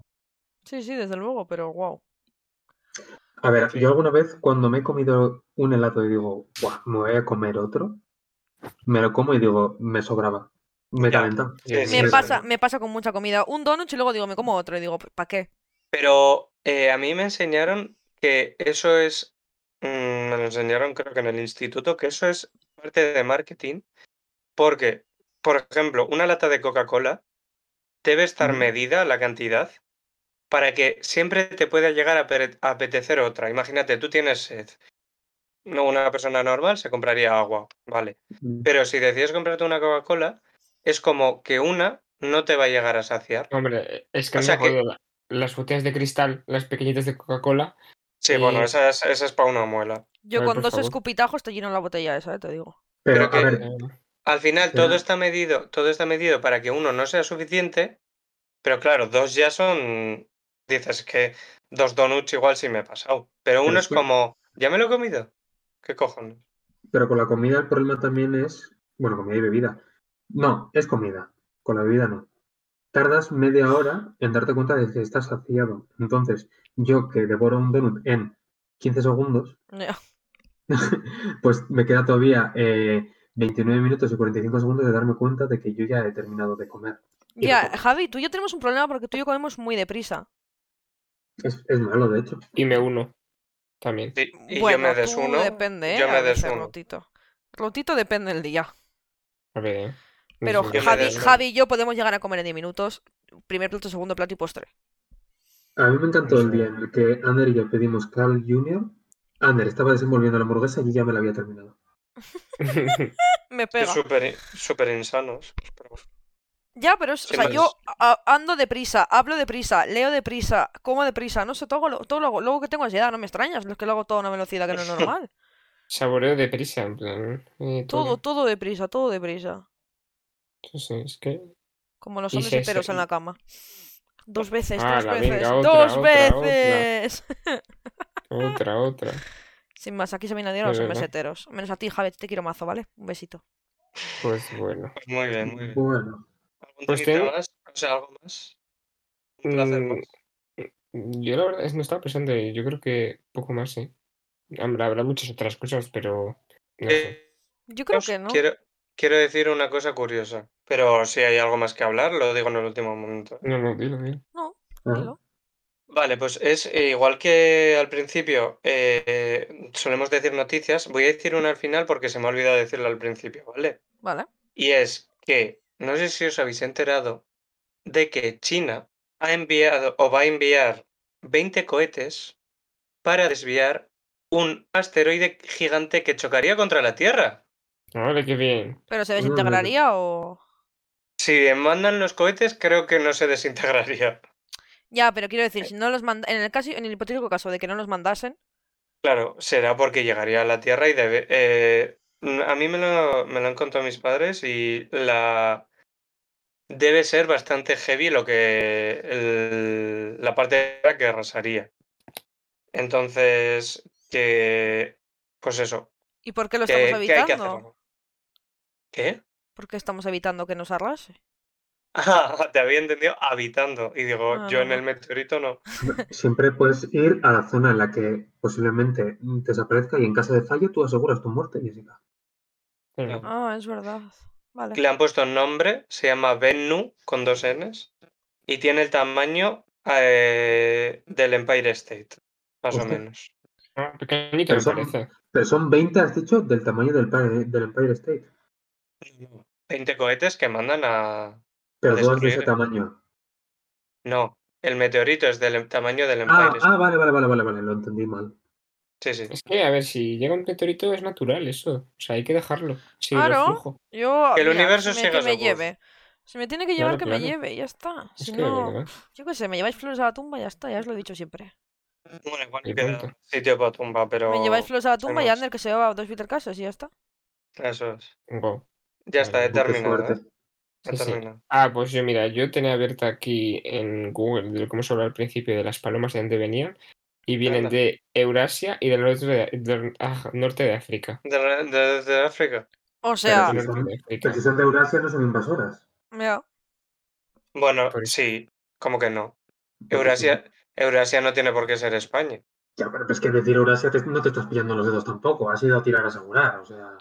Speaker 2: Sí, sí, desde luego, pero wow.
Speaker 3: A ver, yo alguna vez cuando me he comido un helado y digo, "Buah, me voy a comer otro, me lo como y digo, me sobraba. Me he
Speaker 4: Ya.
Speaker 3: calentado.
Speaker 4: Sí, sí,
Speaker 2: Me
Speaker 4: sí.
Speaker 2: pasa, me pasa con mucha comida. Un donut y luego digo, me como otro. Y digo, ¿para qué?
Speaker 4: Pero eh, a mí me enseñaron que eso es, mm, me lo enseñaron creo que en el instituto, que eso es parte de marketing, porque, por ejemplo, una lata de Coca-Cola debe estar
Speaker 3: Ujú.
Speaker 4: medida la cantidad para que siempre te pueda llegar a apere- a apetecer otra. Imagínate, tú tienes sed. No, una persona normal se compraría agua, ¿vale? Pero si decides comprarte una Coca-Cola, es como que una no te va a llegar a saciar.
Speaker 1: Hombre, e-, es que
Speaker 4: O
Speaker 1: han
Speaker 4: sea que-
Speaker 1: sacado la- las botellas de cristal, las pequeñitas de Coca-Cola.
Speaker 4: Sí, bueno,
Speaker 1: Sí.
Speaker 4: esa es, esa es para una muela.
Speaker 2: Yo
Speaker 1: Ay,
Speaker 2: con
Speaker 1: por
Speaker 2: dos
Speaker 1: favor.
Speaker 2: escupitajos te lleno la botella esa, eh, te digo.
Speaker 3: Pero,
Speaker 4: pero
Speaker 3: a
Speaker 4: que-
Speaker 3: ver,
Speaker 1: em,
Speaker 4: Al final
Speaker 3: Pero-
Speaker 4: todo está medido, todo está medido para que uno no sea suficiente, pero claro, dos ya son. Dices que dos donuts igual sí me he pasado. Pero uno
Speaker 3: Pero
Speaker 4: es
Speaker 3: es que-
Speaker 4: como, ya me lo he comido. ¿Qué cojones?
Speaker 3: Pero con la comida el problema también es, bueno, comida y bebida. No, es comida. Con la bebida no. Tardas media hora en darte cuenta de que estás saciado. Entonces, yo que devoro un donut en 15 segundos, pues me queda todavía eh, 29 minutos y 45 segundos de darme cuenta de que yo ya he terminado de comer. Y
Speaker 2: Ya,
Speaker 3: luego-
Speaker 2: Javi, tú y yo tenemos un problema porque tú y yo comemos muy deprisa.
Speaker 3: Es, es malo, de hecho.
Speaker 1: Y me uno también.
Speaker 4: Sí, Y, yo
Speaker 2: bueno,
Speaker 4: me
Speaker 2: tú
Speaker 4: desuno.
Speaker 2: depende, ¿eh?
Speaker 4: yo
Speaker 2: a
Speaker 4: me
Speaker 2: veces,
Speaker 4: desuno.
Speaker 2: Rotito. Rotito depende del día.
Speaker 1: A ver, eh, no
Speaker 2: Pero
Speaker 1: sé.
Speaker 4: Yo me
Speaker 2: Javi,
Speaker 4: desuno.
Speaker 2: Javi y yo podemos llegar a comer en 10 minutos. Primer plato, segundo plato y postre.
Speaker 3: A mí me encantó el
Speaker 4: Este.
Speaker 1: Sí.
Speaker 3: día en el que Ander y yo pedimos Carl Jr. Ander estaba desenvolviendo la hamburguesa y yo ya me la había terminado.
Speaker 2: Me
Speaker 4: que
Speaker 2: pega.
Speaker 4: Súper súper insanos. pero bueno.
Speaker 2: Ya, pero es, o
Speaker 4: Sí,
Speaker 2: sea,
Speaker 4: más.
Speaker 2: yo a- a- ando deprisa, hablo deprisa, leo deprisa, como deprisa, no sé, todo lo, todo lo hago. Luego que tengo ansiedad, no me extrañas, es que lo hago todo a una velocidad que no es normal.
Speaker 1: Saboreo de prisa, en plan. eh,
Speaker 2: todo, todo deprisa, todo deprisa.
Speaker 1: Sí, sí, es que.
Speaker 2: Como los
Speaker 1: Y
Speaker 2: hombres
Speaker 1: se-
Speaker 2: enteros
Speaker 1: se-
Speaker 2: en la cama. Dos veces,
Speaker 1: Ah,
Speaker 2: dos
Speaker 1: la
Speaker 2: veces,
Speaker 1: venga, otra,
Speaker 2: dos
Speaker 1: otra, otra.
Speaker 2: veces.
Speaker 1: Otra, otra.
Speaker 2: Sin más, aquí se viene a los
Speaker 1: Es
Speaker 2: hombres
Speaker 1: verdad.
Speaker 2: heteros. Menos a ti, Javi, te quiero mazo, ¿vale? Un besito.
Speaker 1: Pues bueno.
Speaker 4: Pues muy bien, muy bien.
Speaker 3: Bueno,
Speaker 4: ¿Algún
Speaker 1: Pues
Speaker 4: temita
Speaker 1: tengo-
Speaker 4: más? O sea, algo más. Un placer
Speaker 1: Mm,
Speaker 4: más.
Speaker 1: Yo la verdad es que no estaba pensando, eh, yo creo que poco más, ¿eh? Habrá, habrá muchas otras cosas, pero. No sé.
Speaker 4: Eh,
Speaker 2: Yo creo
Speaker 4: os
Speaker 2: que no.
Speaker 4: Quiero, quiero decir una cosa curiosa. Pero si hay algo más que hablar, lo digo en el último momento.
Speaker 1: No, no, dilo, dilo.
Speaker 2: No,
Speaker 3: ah,
Speaker 2: dilo.
Speaker 4: Vale, pues es eh, igual que al principio eh, solemos decir noticias, voy a decir una al final porque se me ha olvidado decirla al principio, ¿vale?
Speaker 2: Vale.
Speaker 4: Y es que, no sé si os habéis enterado de que China ha enviado o va a enviar 20 cohetes para desviar un asteroide gigante que chocaría contra la Tierra.
Speaker 1: Vale, qué bien.
Speaker 2: ¿Pero se
Speaker 3: Mm.
Speaker 2: desintegraría o...?
Speaker 4: Si mandan los cohetes, creo que no se desintegraría.
Speaker 2: Ya, pero quiero
Speaker 4: Eh.
Speaker 2: decir, si no los manda... en el caso, en el hipotético caso de que no los mandasen,
Speaker 4: Claro, será porque llegaría a la Tierra y debe... eh, mm, a mí me lo, me lo han contado mis padres y la... Debe ser bastante heavy lo que... el- la parte de la que arrasaría. Entonces, que... Pues eso.
Speaker 2: ¿y por qué lo
Speaker 4: que,
Speaker 2: estamos
Speaker 4: que hay que hacer
Speaker 2: evitando?
Speaker 4: algo. ¿Qué?
Speaker 2: ¿Por qué estamos evitando que nos arrase?
Speaker 4: Ah, te había entendido habitando. Y digo,
Speaker 2: No,
Speaker 4: yo
Speaker 2: no,
Speaker 4: en
Speaker 2: no.
Speaker 4: el meteorito no.
Speaker 3: siempre puedes ir a la zona en la que posiblemente desaparezca y en caso de fallo tú aseguras tu muerte, Jessica.
Speaker 1: Bueno,
Speaker 4: Claro.
Speaker 2: Ah, es verdad. Vale.
Speaker 4: Le han puesto nombre, se llama Bennu con dos Ns y tiene el tamaño eh, del Empire State, más o
Speaker 3: Hostia.
Speaker 4: menos.
Speaker 1: ah, pequeñito me
Speaker 3: Pero son-
Speaker 1: parece.
Speaker 3: Pero son 20, has dicho, del tamaño del, pa- del Empire State.
Speaker 4: 20 cohetes que mandan a.
Speaker 3: Pero todas de
Speaker 4: destruir.
Speaker 3: ese tamaño.
Speaker 4: No, el meteorito es del em- tamaño del Empire.
Speaker 3: Ah,
Speaker 4: State.
Speaker 3: ah, vale, vale, vale, vale, vale, lo entendí mal.
Speaker 4: Sí, sí.
Speaker 1: Es que, a ver, si llega un meteorito es natural eso. O sea, hay que dejarlo. Sí,
Speaker 2: Claro. Yo,
Speaker 4: Que el
Speaker 2: mira,
Speaker 4: universo
Speaker 2: me-
Speaker 4: siga
Speaker 2: que
Speaker 4: su
Speaker 2: me
Speaker 4: curso.
Speaker 2: lleve. Si me tiene que llevar,
Speaker 1: Claro,
Speaker 2: que me
Speaker 1: claro.
Speaker 2: lleve, y ya está.
Speaker 1: Es
Speaker 2: Si
Speaker 1: que, de
Speaker 2: no,
Speaker 1: verdad.
Speaker 2: yo qué sé, me lleváis flores a la tumba y ya está, ya os lo he dicho siempre.
Speaker 4: Bueno, igual
Speaker 1: Y
Speaker 4: queda
Speaker 1: punto.
Speaker 4: sitio para tumba, pero.
Speaker 2: Me lleváis flores a la tumba y
Speaker 4: tenemos-
Speaker 2: Ander que se lleva dos Peter Casos y ya está.
Speaker 4: Eso es.
Speaker 1: Guau.
Speaker 4: Ya está,
Speaker 1: Vale,
Speaker 4: he
Speaker 1: qué
Speaker 4: terminado.
Speaker 3: fuerte.
Speaker 4: ¿eh? He
Speaker 1: Sí, sí.
Speaker 4: terminado.
Speaker 1: Ah, pues yo, mira, yo tenía abierta aquí en Google de lo que hemos hablado al principio de las palomas de dónde venían. Y vienen
Speaker 4: Anda.
Speaker 1: de Eurasia y del norte de, del- ah, norte de África.
Speaker 4: De, de- de África.
Speaker 2: O sea,
Speaker 1: Del
Speaker 3: sí.
Speaker 1: norte de África.
Speaker 3: Pero si son de Eurasia no son invasoras.
Speaker 2: mira,
Speaker 4: Bueno,
Speaker 1: Por eso.
Speaker 4: sí, como que no. Eurasia, Eurasia no tiene por qué ser España.
Speaker 3: Ya, pero es que decir Eurasia te- no te estás pillando los dedos tampoco. Has ido a tirar a asegurar, o sea.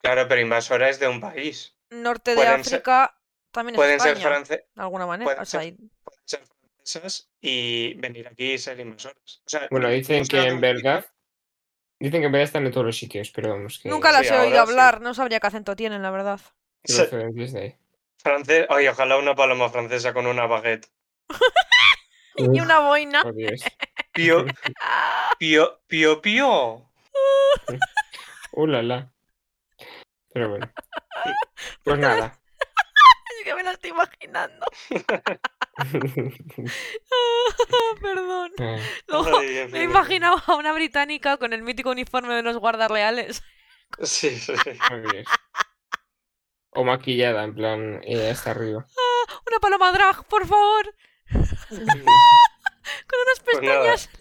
Speaker 4: Claro, pero invasora es de un país.
Speaker 2: norte de
Speaker 4: Pueden ser-
Speaker 2: África también es
Speaker 4: Pueden ser,
Speaker 2: España,
Speaker 4: france-
Speaker 2: de alguna manera.
Speaker 4: pueden
Speaker 2: o sea,
Speaker 4: ser-
Speaker 2: y-
Speaker 4: pueden ser francesas y venir aquí y ser invasoras. O sea,
Speaker 1: Bueno, dicen
Speaker 4: no será
Speaker 1: que en
Speaker 4: de un-
Speaker 1: verdad. Dicen que en verdad están en todos los sitios, pero vamos que.
Speaker 2: Nunca las
Speaker 4: Sí,
Speaker 2: he oído
Speaker 4: ahora sí.
Speaker 2: hablar, no sabría qué acento tienen, la verdad.
Speaker 1: que
Speaker 4: se-
Speaker 1: procedentes de ahí.
Speaker 4: francés- Oye, ojalá una paloma francesa con una baguette.
Speaker 2: Y una boina.
Speaker 1: Por Dios.
Speaker 4: Pío, pío, pío, pío.
Speaker 1: Uh, la, la. Pero bueno. Pues nada.
Speaker 2: Es que me la estoy imaginando. Perdón.
Speaker 1: Ah,
Speaker 2: Luego
Speaker 4: Ay, en
Speaker 2: me
Speaker 4: fin.
Speaker 2: imaginaba a una británica con el mítico uniforme de los guardas reales.
Speaker 4: Sí, sí.
Speaker 1: por Dios. O maquillada, en plan, eh, hasta arriba.
Speaker 2: Una paloma drag, por favor. Con unas
Speaker 4: Pues nada.
Speaker 2: pestañas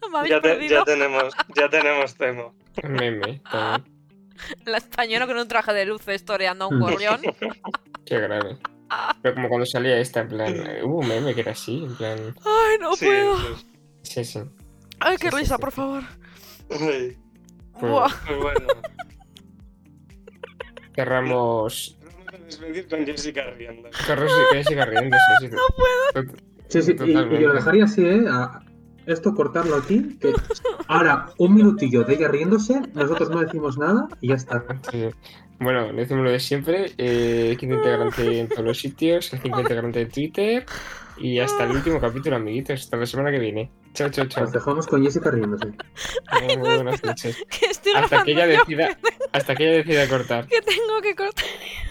Speaker 2: larguísimas. Me habéis
Speaker 4: Ya, te- ya
Speaker 2: perdido.
Speaker 4: tenemos, ya tenemos tema.
Speaker 1: Meme, también.
Speaker 2: La española con un traje de luces toreando a un
Speaker 3: Mm.
Speaker 2: gorrión.
Speaker 1: Qué grave. Pero como cuando salía esta, en plan, eh, hubo un meme que era así, en plan.
Speaker 2: Ay, no
Speaker 4: Sí,
Speaker 2: puedo.
Speaker 4: sí.
Speaker 1: Sí, sí.
Speaker 2: Ay, qué
Speaker 1: sí, sí,
Speaker 2: risa,
Speaker 1: sí.
Speaker 2: por favor.
Speaker 4: Ay,
Speaker 1: Pues
Speaker 2: Buah.
Speaker 4: Pues bueno.
Speaker 1: cerramos.
Speaker 4: Vamos a despedir con Jessica riendo.
Speaker 1: Carros y que siga riéndose. sí, sí.
Speaker 3: Sí, sí, y- y,
Speaker 1: Totalmente.
Speaker 3: yo lo dejaría así, ¿eh? A- esto cortarlo aquí. que- Ahora, un minutillo de ella riéndose, nosotros no decimos nada y ya está.
Speaker 1: Sí. Bueno, le decimos lo de siempre. Eh, quinto integrante en todos los sitios, el quinto integrante de Twitter. Y hasta el último capítulo, amiguitos. Hasta la semana que viene. Chao, chao, chao.
Speaker 3: Nos dejamos con Jessica riéndose.
Speaker 1: Muy buenas noches.
Speaker 2: Que estoy
Speaker 1: Hasta que
Speaker 2: grabando
Speaker 1: ella
Speaker 2: yo,
Speaker 1: decida, hasta que ella decida cortar.
Speaker 2: que tengo que cortar.